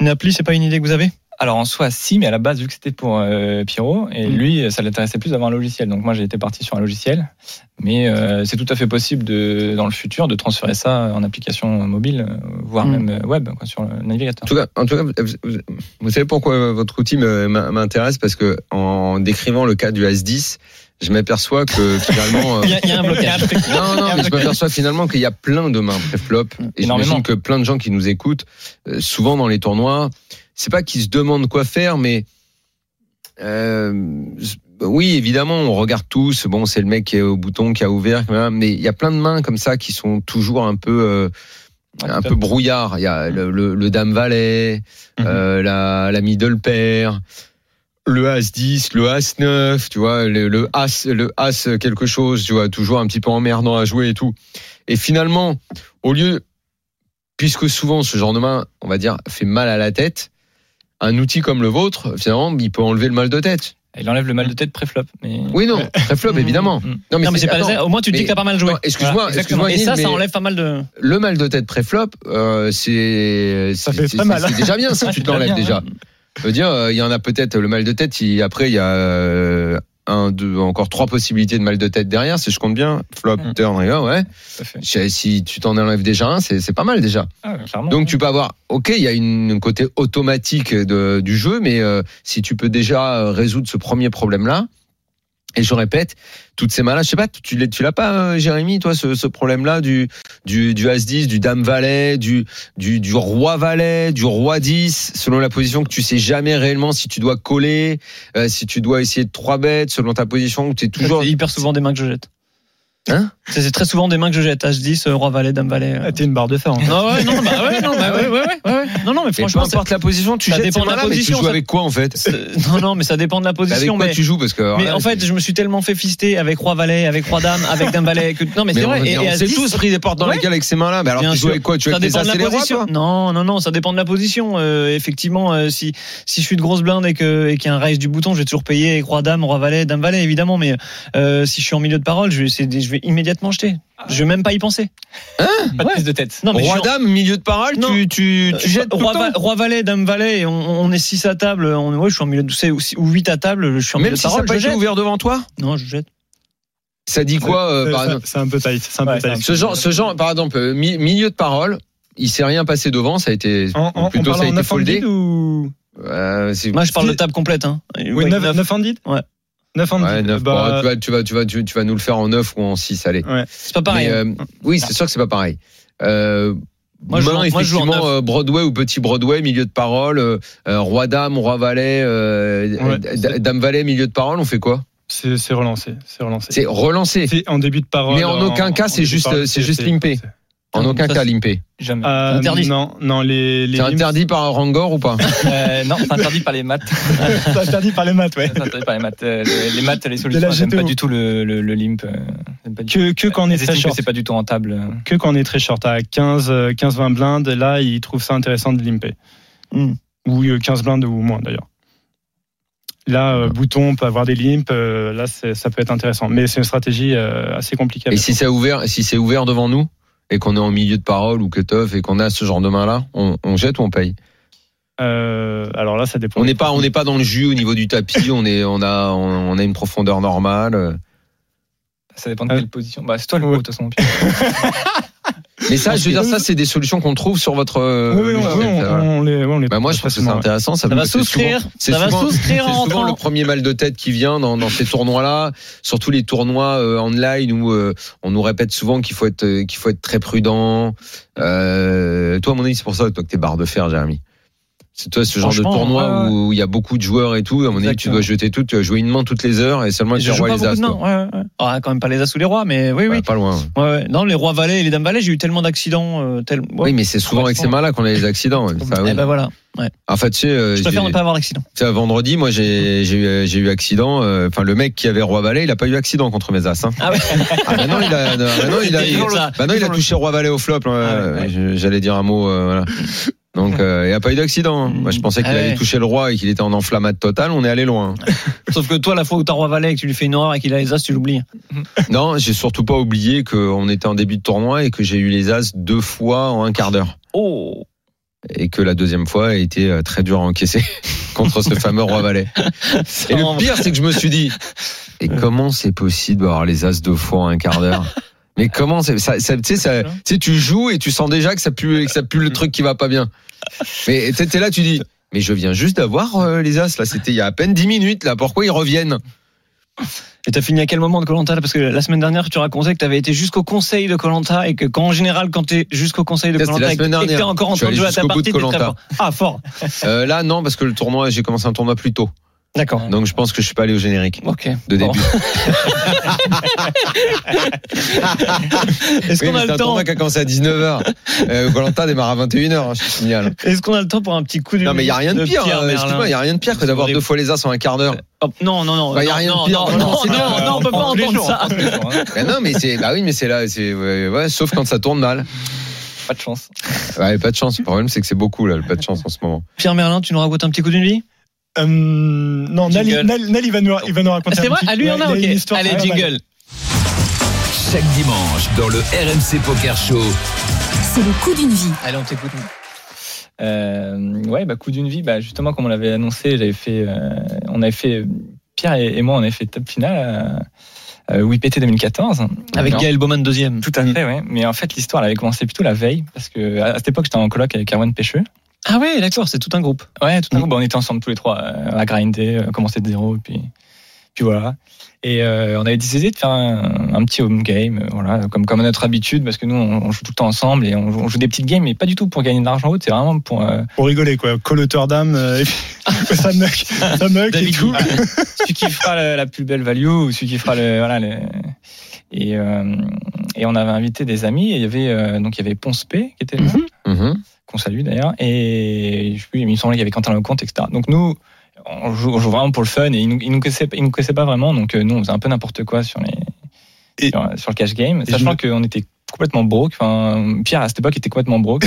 Speaker 6: Une appli, c'est pas une idée que vous avez
Speaker 7: Alors en soi, si, mais à la base, vu que c'était pour euh, Pierrot, et
Speaker 6: Mm.
Speaker 7: lui, ça l'intéressait plus d'avoir un logiciel. Donc moi, j'ai été parti sur un logiciel. Mais euh, c'est tout à fait possible de, dans le futur de transférer ça en application mobile, euh, voire
Speaker 6: Mm.
Speaker 7: même euh, web, quoi, sur le
Speaker 5: En
Speaker 7: navigateur.
Speaker 5: tout cas, en tout cas, vous- vous, vous savez pourquoi euh, votre outil me- m'a- m'intéresse Parce que en décrivant le cas du As10, je m'aperçois que finalement. euh,
Speaker 6: Il y, a- il y a Mm. un blocage.
Speaker 5: Non, non, mais je m'aperçois finalement qu'il y a plein de mains pré-flop. Et
Speaker 7: Énormément.
Speaker 5: j'imagine que plein de gens qui nous écoutent, euh, souvent dans les tournois, c'est pas qu'ils se demandent quoi faire, mais euh, oui, évidemment, on regarde tous. Bon, c'est le mec qui est au bouton, qui a ouvert, mais il y a plein de mains comme ça qui sont toujours un peu. euh,
Speaker 7: Ouais,
Speaker 5: un
Speaker 7: tout à
Speaker 5: peu brouillard. Il y a le, le- le Dame Valet,
Speaker 7: Mhm.
Speaker 5: euh, la, la Middle Pair, le As 10, le As 9, tu vois, le, le As, le As quelque chose, tu vois, toujours un petit peu emmerdant à jouer et tout. Et finalement, au lieu, puisque souvent ce genre de main, on va dire, fait mal à la tête, un outil comme le vôtre, finalement, il peut enlever le mal de tête.
Speaker 7: Il enlève le mal de tête pré-flop. Mais...
Speaker 5: Oui, non, très flop, évidemment.
Speaker 7: Mm.
Speaker 5: Non,
Speaker 6: Non, mais c'est pas
Speaker 5: attends,
Speaker 6: ça. Au moins, tu te
Speaker 5: mais-
Speaker 6: dis que t'as pas mal joué.
Speaker 5: non, excuse-moi,
Speaker 6: Voilà, exactement.
Speaker 5: excuse-moi,
Speaker 6: Et ça,
Speaker 5: Nil,
Speaker 6: ça
Speaker 5: mais-
Speaker 6: enlève pas mal de.
Speaker 5: le mal de tête pré-flop, euh, c'est
Speaker 8: Ça
Speaker 5: c'est-
Speaker 8: fait
Speaker 5: c'est-
Speaker 8: pas mal.
Speaker 5: c'est déjà bien si
Speaker 7: Ah,
Speaker 5: tu
Speaker 7: c'est
Speaker 5: te l'enlèves
Speaker 7: bien,
Speaker 5: déjà. Je veux dire, euh, il y en a peut-être le mal de tête. Si après il y a euh, un, deux, encore trois possibilités de mal de tête derrière, si je compte bien, flop,
Speaker 7: Mm.
Speaker 5: turn, river, ouais.
Speaker 7: Tout à fait.
Speaker 5: Si- Si tu t'en enlèves déjà un, c'est c'est pas mal déjà.
Speaker 7: Ah, clairement.
Speaker 5: Donc tu peux avoir, ok, il y a une, un côté automatique de- du jeu, mais euh, si tu peux déjà euh, résoudre ce premier problème-là, et je répète, toutes ces mains-là, je sais pas, tu l'as, tu l'as pas, euh, Jérémy, toi, ce, ce problème-là du du du as 10, du dame valet, du du du roi valet, du roi 10, selon la position que tu sais jamais réellement si tu dois coller, euh, si tu dois essayer de trois bêtes, selon ta position où tu es toujours.
Speaker 6: C'est hyper souvent des mains que je jette.
Speaker 5: Hein
Speaker 6: C'est c'est très souvent des mains que je jette. H10, euh, Roi Valet, Dame Valet. euh.
Speaker 8: Ah, t'es une barre de fer. en fait.
Speaker 6: Ah ouais, non, bah ouais, non, bah ouais, ouais, ouais, ouais, ouais. Non, non,
Speaker 5: Mais
Speaker 6: mais
Speaker 5: peu
Speaker 6: franchement, c'est-
Speaker 5: importe la position, tu
Speaker 6: ça
Speaker 5: jettes ces
Speaker 6: dépend de la
Speaker 5: mains-là, mais tu
Speaker 6: position,
Speaker 5: joues
Speaker 6: ça-
Speaker 5: avec quoi en fait
Speaker 6: c'est- Euh, non, non, mais ça dépend de la
Speaker 5: Avec
Speaker 6: position.
Speaker 5: quoi
Speaker 6: Mais,
Speaker 5: tu joues parce que alors
Speaker 6: mais
Speaker 5: là,
Speaker 6: en fait, je me suis tellement fait fister avec Roi Valet, avec Roi Dame, avec Dame Valet que non,
Speaker 5: Mais
Speaker 6: mais, c'est
Speaker 5: on-
Speaker 6: vrai.
Speaker 5: mais
Speaker 6: Et,
Speaker 5: on
Speaker 6: et à
Speaker 5: s'est
Speaker 6: 10,
Speaker 5: tous pris des portes dans
Speaker 6: Ouais.
Speaker 5: les gueules avec ces mains-là. Mais alors,
Speaker 6: Bien
Speaker 5: tu joues
Speaker 6: sûr.
Speaker 5: avec quoi Tu joues
Speaker 6: ça
Speaker 5: avec des
Speaker 6: dépend de
Speaker 5: as
Speaker 6: la
Speaker 5: et les rois,
Speaker 6: position.
Speaker 5: toi
Speaker 6: Non, non, non, ça dépend de la position. Euh, effectivement, euh, si si je suis de grosse blinde et que et qu'il y a un raise du bouton, je vais toujours payer avec Roi Dame, Roi Valet, Dame Valet, évidemment. Mais euh, si je suis en milieu de parole, je vais essayer de- je vais immédiatement jeter. Je vais même pas y penser.
Speaker 7: pas de prise de tête.
Speaker 6: Non, mais je suis
Speaker 5: Roi
Speaker 6: en-
Speaker 5: dame, milieu de parole,
Speaker 6: Non. Euh,
Speaker 5: tu, tu, Bah, tu jettes tout
Speaker 6: roi,
Speaker 5: le temps.
Speaker 6: va- roi valet, dame valet, et on, on est 6 à table, on, ouais, je suis en milieu de, c'est- ou, ou 8 à table, je suis en milieu
Speaker 5: Même
Speaker 6: de
Speaker 5: si ça n'a
Speaker 6: parole,
Speaker 5: pas
Speaker 6: je
Speaker 5: été
Speaker 6: jette.
Speaker 5: ouvert devant toi
Speaker 6: Non, je jette.
Speaker 5: Ça dit quoi, euh,
Speaker 8: Euh,
Speaker 5: par
Speaker 8: ça-
Speaker 5: exemple
Speaker 8: c'est un peu tight. C'est un peu
Speaker 7: Ouais, c'est
Speaker 8: tight.
Speaker 7: un
Speaker 5: ce genre, ce genre, par exemple, euh, mi- milieu de parole, il s'est rien passé devant, ça a été
Speaker 8: En, en, on
Speaker 5: plutôt
Speaker 8: parle
Speaker 5: ça a
Speaker 8: en
Speaker 5: été
Speaker 8: 9
Speaker 5: foldé.
Speaker 8: handed ou
Speaker 5: Euh, c'est-
Speaker 6: Moi, je parle de table complète. Hein.
Speaker 8: oui,
Speaker 6: Ouais,
Speaker 8: 9,
Speaker 6: neuf.
Speaker 8: 9 handed
Speaker 6: Ouais.
Speaker 8: 9 handed.
Speaker 5: Ouais, neuf.
Speaker 8: bah,
Speaker 5: Bon, tu, vas, tu, vas, tu, vas, tu, tu vas nous le faire en 9 ou en 6, allez.
Speaker 6: C'est pas pareil. hein.
Speaker 5: Mais, euh, oui, c'est sûr que c'est pas pareil. Euh,
Speaker 6: Moi, je
Speaker 5: main,
Speaker 6: joue en- moi, je joue en
Speaker 5: effectivement,
Speaker 6: neuf.
Speaker 5: euh, Broadway ou petit Broadway, milieu de parole, euh, euh, roi dame, roi valet, euh,
Speaker 8: Ouais.
Speaker 5: d- dame valet, milieu de parole, on fait quoi
Speaker 8: c'est c'est relancé. C'est relancé.
Speaker 5: C'est relancer.
Speaker 8: C'est en début de parole.
Speaker 5: Mais en aucun cas,
Speaker 8: en
Speaker 5: c'est
Speaker 8: début de
Speaker 5: juste,
Speaker 8: parole,
Speaker 5: euh, c'est juste limpé. En
Speaker 6: Non,
Speaker 5: aucun
Speaker 6: ça,
Speaker 5: cas,
Speaker 6: c'est-
Speaker 5: limpé.
Speaker 7: Jamais.
Speaker 8: Euh,
Speaker 6: Interdit.
Speaker 8: Non, non, les, les
Speaker 5: C'est
Speaker 8: limps-
Speaker 5: interdit par Rangor ou pas
Speaker 7: Euh, non, c'est interdit par les maths.
Speaker 8: C'est interdit par les maths, ouais.
Speaker 7: C'est interdit par les maths. Euh, Les, les maths, les solutions,
Speaker 8: la
Speaker 7: j'aime pas
Speaker 8: GTO.
Speaker 7: du tout le, le, le limp. euh, j'aime pas du tout.
Speaker 8: Que, que quand on est
Speaker 7: Ils
Speaker 8: très
Speaker 7: estiment que
Speaker 8: short.
Speaker 7: c'est pas du tout rentable.
Speaker 8: que quand on est très short à 15 euh, 15 20 blindes là ils trouvent ça intéressant de limper
Speaker 6: Hmm.
Speaker 8: ou euh, 15 blindes ou moins d'ailleurs Là,
Speaker 5: Hmm.
Speaker 8: euh, bouton peut avoir des limps. euh, là, c'est- ça peut être intéressant. Mais c'est une stratégie euh, assez compliquée. à
Speaker 5: Et
Speaker 8: mettre
Speaker 5: si
Speaker 8: en
Speaker 5: c'est ouvert, si c'est ouvert devant nous et qu'on est en milieu de parole ou que teuf et qu'on a ce genre de main là, on, on jette ou on paye.
Speaker 8: Euh, alors là, ça dépend.
Speaker 5: On n'est pas, on n'est pas dans le jus au niveau du tapis. On est, on a, on, on a une profondeur normale.
Speaker 7: Ça dépend de
Speaker 8: Euh,
Speaker 7: quelle position. Bah, c'est toi le
Speaker 8: ouais.
Speaker 7: pro, de toute façon. Pierre.
Speaker 5: Mais ça, je veux dire, ça, c'est des solutions qu'on trouve sur votre. euh,
Speaker 8: Oui, oui, on,
Speaker 5: logiciel,
Speaker 8: oui, on-
Speaker 5: ça, voilà.
Speaker 8: on les, ouais, on les
Speaker 5: Bah moi, je trouve que c'est
Speaker 8: facilement, ouais.
Speaker 5: intéressant. Ça,
Speaker 6: Ça
Speaker 5: parce
Speaker 6: va
Speaker 5: que
Speaker 6: souscrire,
Speaker 5: souvent- c'est
Speaker 6: ça va
Speaker 5: souvent-
Speaker 6: souscrire
Speaker 5: C'est
Speaker 6: en
Speaker 5: souvent le
Speaker 6: rentrant.
Speaker 5: premier mal de tête qui vient dans, dans ces tournois-là, surtout les tournois euh, online où euh, on nous répète souvent qu'il faut être euh, qu'il faut être très prudent. Euh, toi, à mon avis, c'est pour ça toi que t'es barre de fer, Jérémy. C'est toi ce genre de
Speaker 6: Franchement,
Speaker 5: tournoi
Speaker 6: ouais, ouais.
Speaker 5: où il y a beaucoup de joueurs et tout. À mon avis, tu
Speaker 6: Exactement.
Speaker 5: dois jeter tout, tu dois jouer une main toutes les heures et seulement tu
Speaker 6: Je joue
Speaker 5: rois
Speaker 6: pas
Speaker 5: les
Speaker 6: beaucoup
Speaker 5: as.
Speaker 6: de mains.
Speaker 5: toi.
Speaker 6: ouais, ouais, ouais. Ah, quand même pas les as ou les rois, mais oui,
Speaker 5: Ouais,
Speaker 6: oui.
Speaker 5: Pas loin.
Speaker 6: Ouais, ouais. Non, les rois valets et les dames valets, j'ai eu tellement d'accidents. euh, tel- ouais.
Speaker 5: Oui, mais c'est souvent avec ces mains-là qu'on a les accidents. Ça, oui.
Speaker 6: Eh ben voilà.
Speaker 5: Enfin, tu sais, euh,
Speaker 6: Je préfère
Speaker 5: j'ai-
Speaker 6: ne pas avoir d'accident.
Speaker 5: Tu sais, vendredi, moi, j'ai j'ai eu, j'ai eu accident. euh, Enfin, le mec qui avait Roi Valet, il a pas eu accident contre mes as. Hein.
Speaker 6: Ah ouais.
Speaker 5: Ah, bah non, il a, bah non, il a, il- bah non, il a touché Roi Valet au flop. euh,
Speaker 6: Ah ouais, ouais.
Speaker 5: je- J'allais dire un mot. euh, voilà. Donc, euh, il a pas eu d'accident. hein. Moi, je pensais qu'il
Speaker 6: Ah ouais.
Speaker 5: allait toucher le roi et qu'il était en enflammate totale. On est allé loin. hein.
Speaker 6: Sauf que toi, la fois où t'as roi valet et que tu lui fais une erreur et qu'il a les as, tu l'oublies.
Speaker 5: non, j'ai surtout pas oublié qu'on était en début de tournoi et que j'ai eu les as deux fois en un quart d'heure.
Speaker 6: Oh.
Speaker 5: Et que la deuxième fois a été euh, très dur à encaisser contre ce fameux Roi Valet. Et le pire, c'est que je me suis dit, et comment c'est possible d'avoir les as deux fois en un quart d'heure Mais comment c'est ça, ça- tu sais, ça- tu sais, tu joues et tu sens déjà que ça pue, que ça pue le truc qui va pas bien. Mais t'es t'es là, tu dis, mais je viens juste d'avoir euh, les as là. C'était il y a à peine 10 minutes là. Pourquoi ils reviennent
Speaker 6: Et t'as fini à quel moment de Colanta Parce que la semaine dernière, tu racontais que t'avais été jusqu'au conseil de Colanta et que, quand en général, quand t'es jusqu'au conseil de
Speaker 5: Ça, c'était
Speaker 6: Colanta
Speaker 5: la
Speaker 6: et que
Speaker 5: semaine
Speaker 6: et que t'es
Speaker 5: dernière.
Speaker 6: encore en
Speaker 5: Je suis
Speaker 6: train de
Speaker 5: allé
Speaker 6: jouer à ta
Speaker 5: jusqu'au bout de
Speaker 6: partie, t'es très
Speaker 5: Koh-Lanta.
Speaker 6: fort. Ah, fort.
Speaker 5: Euh, Là, non, parce que le tournoi, j'ai commencé un tournoi plus tôt.
Speaker 6: D'accord.
Speaker 5: Donc je pense que je suis pas allé au générique
Speaker 6: Ok.
Speaker 5: de
Speaker 6: Bon.
Speaker 5: début.
Speaker 6: Est-ce
Speaker 5: Oui,
Speaker 6: qu'on
Speaker 5: mais
Speaker 6: a
Speaker 5: c'est
Speaker 6: le
Speaker 5: un
Speaker 6: temps
Speaker 5: tournoi qui a commencé à 19h. Euh, Colanta démarre à 21h, hein, je te signale.
Speaker 6: Est-ce qu'on a le temps pour un petit coup de
Speaker 5: Non, mais il y a rien de pire.
Speaker 6: Pierre
Speaker 5: euh,
Speaker 6: Merlin
Speaker 5: Excuse-moi, il y a rien de pire que
Speaker 6: C'est
Speaker 5: d'avoir
Speaker 6: horrible.
Speaker 5: deux fois les as en un quart d'heure.
Speaker 6: Hop, Non, non, non.
Speaker 5: Bah, y a
Speaker 6: non,
Speaker 5: rien de
Speaker 6: non,
Speaker 5: pire.
Speaker 7: Oh
Speaker 6: Non,
Speaker 5: Non,
Speaker 6: non,
Speaker 5: c'est
Speaker 6: non,
Speaker 5: bien.
Speaker 6: non, on peut pas entendre ça.
Speaker 7: hein.
Speaker 5: Ben non, mais c'est bah oui, mais c'est là, c'est ouais, ouais, sauf quand ça tourne mal.
Speaker 7: Pas de chance.
Speaker 5: Ouais, pas de chance. Le problème, c'est que c'est beaucoup là, le pas de chance en ce moment.
Speaker 6: Pierre Merlin, tu nous racontes un petit coup d'une vie
Speaker 8: Euh, non, Nal,
Speaker 6: Jingle.
Speaker 8: Nal- Nal, il va nous, il va nous raconter.
Speaker 6: C'est
Speaker 8: un
Speaker 6: moi
Speaker 8: petit-
Speaker 6: Ah, lui, il y en a,
Speaker 8: ouais, il une
Speaker 6: ok.
Speaker 8: histoire
Speaker 6: Allez,
Speaker 8: pas mal.
Speaker 6: jingle.
Speaker 4: Chaque dimanche dans le RMC Poker Show.
Speaker 3: C'est le coup d'une vie.
Speaker 6: Allez, on t'écoute.
Speaker 7: Euh, ouais, bah, coup d'une vie, bah, justement, comme on l'avait annoncé, j'avais fait, euh, on avait fait, Pierre et, et moi, on avait fait top finale à euh, WIPT 2014.
Speaker 6: Avec
Speaker 7: Non.
Speaker 6: Gaël Bowman, deuxième.
Speaker 7: Tout à fait, ouais. Mais en fait, l'histoire, elle avait commencé plutôt la veille, parce que à, à cette époque, j'étais en coloc avec Erwan Pêcheux.
Speaker 6: Ah, ouais, d'accord, c'est tout un groupe.
Speaker 7: Ouais, tout à coup, bah, on était ensemble tous les trois euh, à grinder, euh, commencer de zéro, et puis, puis voilà. Et euh, on avait décidé de faire un, un petit home game, euh, voilà, comme, comme à notre habitude, parce que nous, on, on joue tout le temps ensemble et on, joue- on joue des petites games, mais pas du tout pour gagner de l'argent haute, c'est vraiment pour. euh,
Speaker 8: Pour rigoler, quoi. Colloteur d'âme, euh, et puis ça meuc, ça meuc et
Speaker 7: David
Speaker 8: tout.
Speaker 7: Goulard. celui qui fera le- la plus belle value ou celui qui fera le voilà le- et euh, et on avait invité des amis et il y avait euh, donc il y avait Ponce P qui était là
Speaker 5: Mhm.
Speaker 7: qu'on salue d'ailleurs et je sais plus, il me semblait qu'il y avait Quentin Lecomte etc donc nous on joue, on joue vraiment pour le fun et ils nous, ils nous connaissaient, ils nous connaissaient pas vraiment donc euh, nous on faisait un peu n'importe quoi sur les
Speaker 8: Et-
Speaker 7: sur, sur le cash game
Speaker 8: je
Speaker 7: sachant
Speaker 8: me-
Speaker 7: qu'on était complètement broke enfin Pierre à cette époque était complètement broke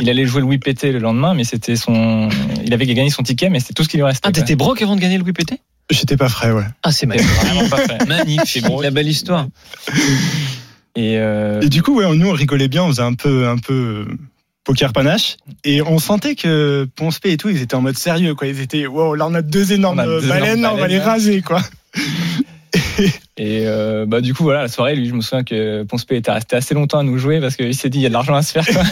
Speaker 7: il allait jouer le Louis Pété le lendemain mais c'était son il avait gagné son ticket mais c'était tout ce qui lui restait
Speaker 6: Ah,
Speaker 7: quoi.
Speaker 6: t'étais broc avant de gagner le WPT
Speaker 8: J'étais pas frais, ouais.
Speaker 6: Ah, c'est
Speaker 7: C'était
Speaker 6: magnifique.
Speaker 7: vraiment pas fait.
Speaker 6: Magnifique. La belle histoire.
Speaker 7: Et euh,
Speaker 8: Et du coup, ouais, nous, on rigolait bien, on faisait un peu, un peu euh, poker panache. Et on sentait que Ponce P et tout, ils étaient en mode sérieux, quoi. Ils étaient, wow, là, on a deux énormes euh,
Speaker 7: On a deux
Speaker 8: baleines,
Speaker 7: énormes
Speaker 8: là, on va
Speaker 7: baleines,
Speaker 8: les
Speaker 7: là.
Speaker 8: raser, quoi.
Speaker 7: et euh, bah, du coup, voilà, la soirée, lui, je me souviens que Ponce P était resté assez longtemps à nous jouer parce qu'il s'est dit, il y a de l'argent à se faire. quoi.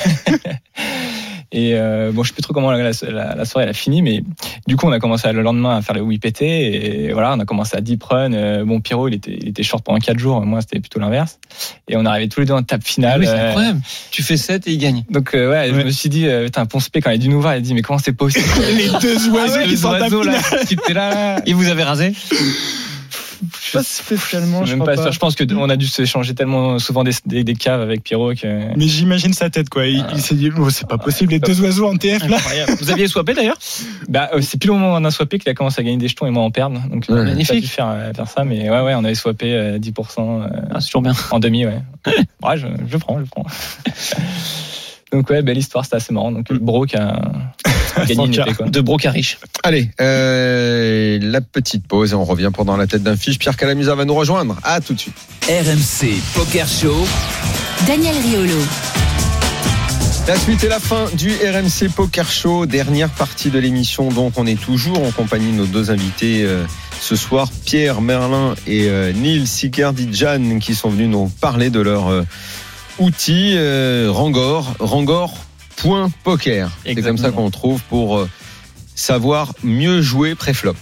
Speaker 7: et euh, bon, je sais plus trop comment la, la- la soirée elle a fini, mais du coup, on a commencé le lendemain à faire le WIPT. Et voilà, on a commencé à deep run. Euh, Bon, Pierrot, il était, il était short pendant 4 jours. Moi, c'était plutôt l'inverse. Et on arrivait tous les deux en table
Speaker 5: Ah,
Speaker 7: finale.
Speaker 6: Ah Oui, c'est
Speaker 7: Euh,
Speaker 6: incroyable. Tu fais 7 et il gagne.
Speaker 7: donc, euh, ouais,
Speaker 8: Ouais.
Speaker 7: je me suis dit, euh, putain, Ponce P, quand il a dû nous voir, il a dit, mais comment c'est possible
Speaker 8: Les deux
Speaker 6: Ah
Speaker 8: oiseaux qui
Speaker 7: Ah Les
Speaker 8: sont en
Speaker 7: oiseaux,
Speaker 8: tapis,
Speaker 7: là,
Speaker 8: là.
Speaker 7: qui étaient là, là.
Speaker 6: Et vous avez rasé
Speaker 8: Pas spécialement,
Speaker 7: Je suis
Speaker 8: je
Speaker 7: même
Speaker 8: crois
Speaker 7: pas
Speaker 8: pas.
Speaker 7: sûr. Je pense qu'on a dû s'échanger tellement souvent des, des, des caves avec Pierrot que.
Speaker 8: Mais j'imagine sa tête, quoi. Il, il s'est dit, oh, c'est pas possible, les deux oiseaux en TF, là.
Speaker 6: Vous aviez swappé d'ailleurs
Speaker 7: Bah, euh, c'est pile au moment où on a swappé qu'il a commencé à gagner des jetons et moi en perdre. Donc,
Speaker 5: Ouais.
Speaker 7: on a pas
Speaker 6: Magnifique.
Speaker 7: dû faire, euh, faire ça, mais ouais, ouais, on avait swappé euh, 10% euh,
Speaker 6: Ah, c'est toujours bien.
Speaker 7: en demi, ouais. ouais, je, Mm. je prends, je prends. donc, ouais, belle histoire, c'était assez marrant. Donc, Bro qui a, Gagné une épée, quoi.
Speaker 6: de Brocarich.
Speaker 5: Allez, euh, la petite pause et on revient pendant la tête d'un fiche. Pierre Calamusa va nous rejoindre. À tout de suite.
Speaker 4: RMC Poker Show.
Speaker 3: Daniel Riolo.
Speaker 5: La suite et la fin du RMC Poker Show, dernière partie de l'émission. Donc, on est toujours en compagnie de nos deux invités euh, ce soir, Pierre Merlin et euh, Neil Sikardijan, qui sont venus nous parler de leur euh, outil euh, Rangor, Rangor.poker. C'est
Speaker 7: Exactement.
Speaker 5: comme ça qu'on trouve pour euh, savoir mieux jouer préflop,